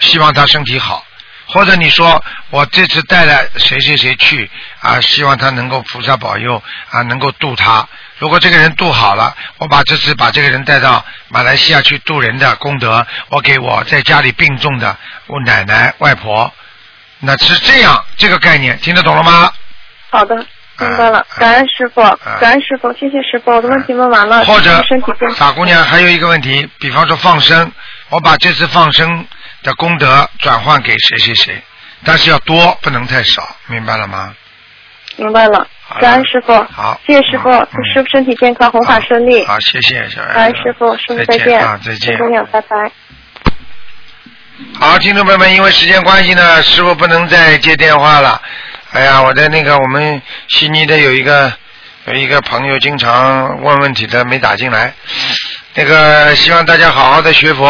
Speaker 2: 希望他身体好。或者你说我这次带了谁谁谁去啊，希望他能够菩萨保佑啊，能够渡他。如果这个人渡好了，我把这次把这个人带到马来西亚去渡人的功德，我给我在家里病重的我奶奶、外婆，那是这样这个概念，听得懂了吗？
Speaker 13: 好的，
Speaker 2: 嗯
Speaker 13: 明白了，感恩师傅，感恩师傅，谢谢师傅，我的问题问完了，
Speaker 2: 或者
Speaker 13: 祝身体健康。
Speaker 2: 傻姑娘还有一个问题，比方说放生，我把这次放生的功德转换给谁谁谁，但是要多，不能太少，明白了吗？
Speaker 13: 明白了，感恩师傅，
Speaker 2: 好，
Speaker 13: 谢谢师
Speaker 2: 嗯
Speaker 13: 傅，祝师傅身体健康，弘法顺利。
Speaker 2: 好，谢谢小
Speaker 13: 感
Speaker 2: 艾
Speaker 13: 恩。哎师傅，师傅
Speaker 2: 再
Speaker 13: 再
Speaker 2: 见
Speaker 13: 见
Speaker 2: 啊，再见
Speaker 13: 师姑娘，拜拜。
Speaker 2: 好，听众朋友们，因为时间关系呢，师傅不能再接电话了。哎呀，我在那个我们悉尼的有一个有一个朋友经常问问题的没打进来，那个希望大家好好的学佛，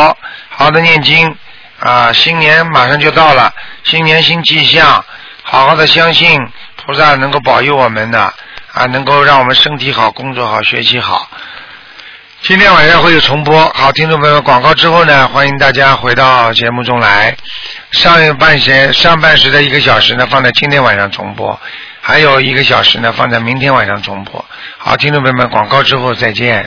Speaker 2: 好好的念经啊！新年马上就到了，新年新气象，好好的相信菩萨能够保佑我们的啊，能够让我们身体好、工作好、学习好。今天晚上会有重播。好，听众朋友们，广告之后呢，欢迎大家回到节目中来。上一半时上半时的一个小时呢，放在今天晚上重播，还有一个小时呢，放在明天晚上重播。好，听众朋友们，广告之后再见。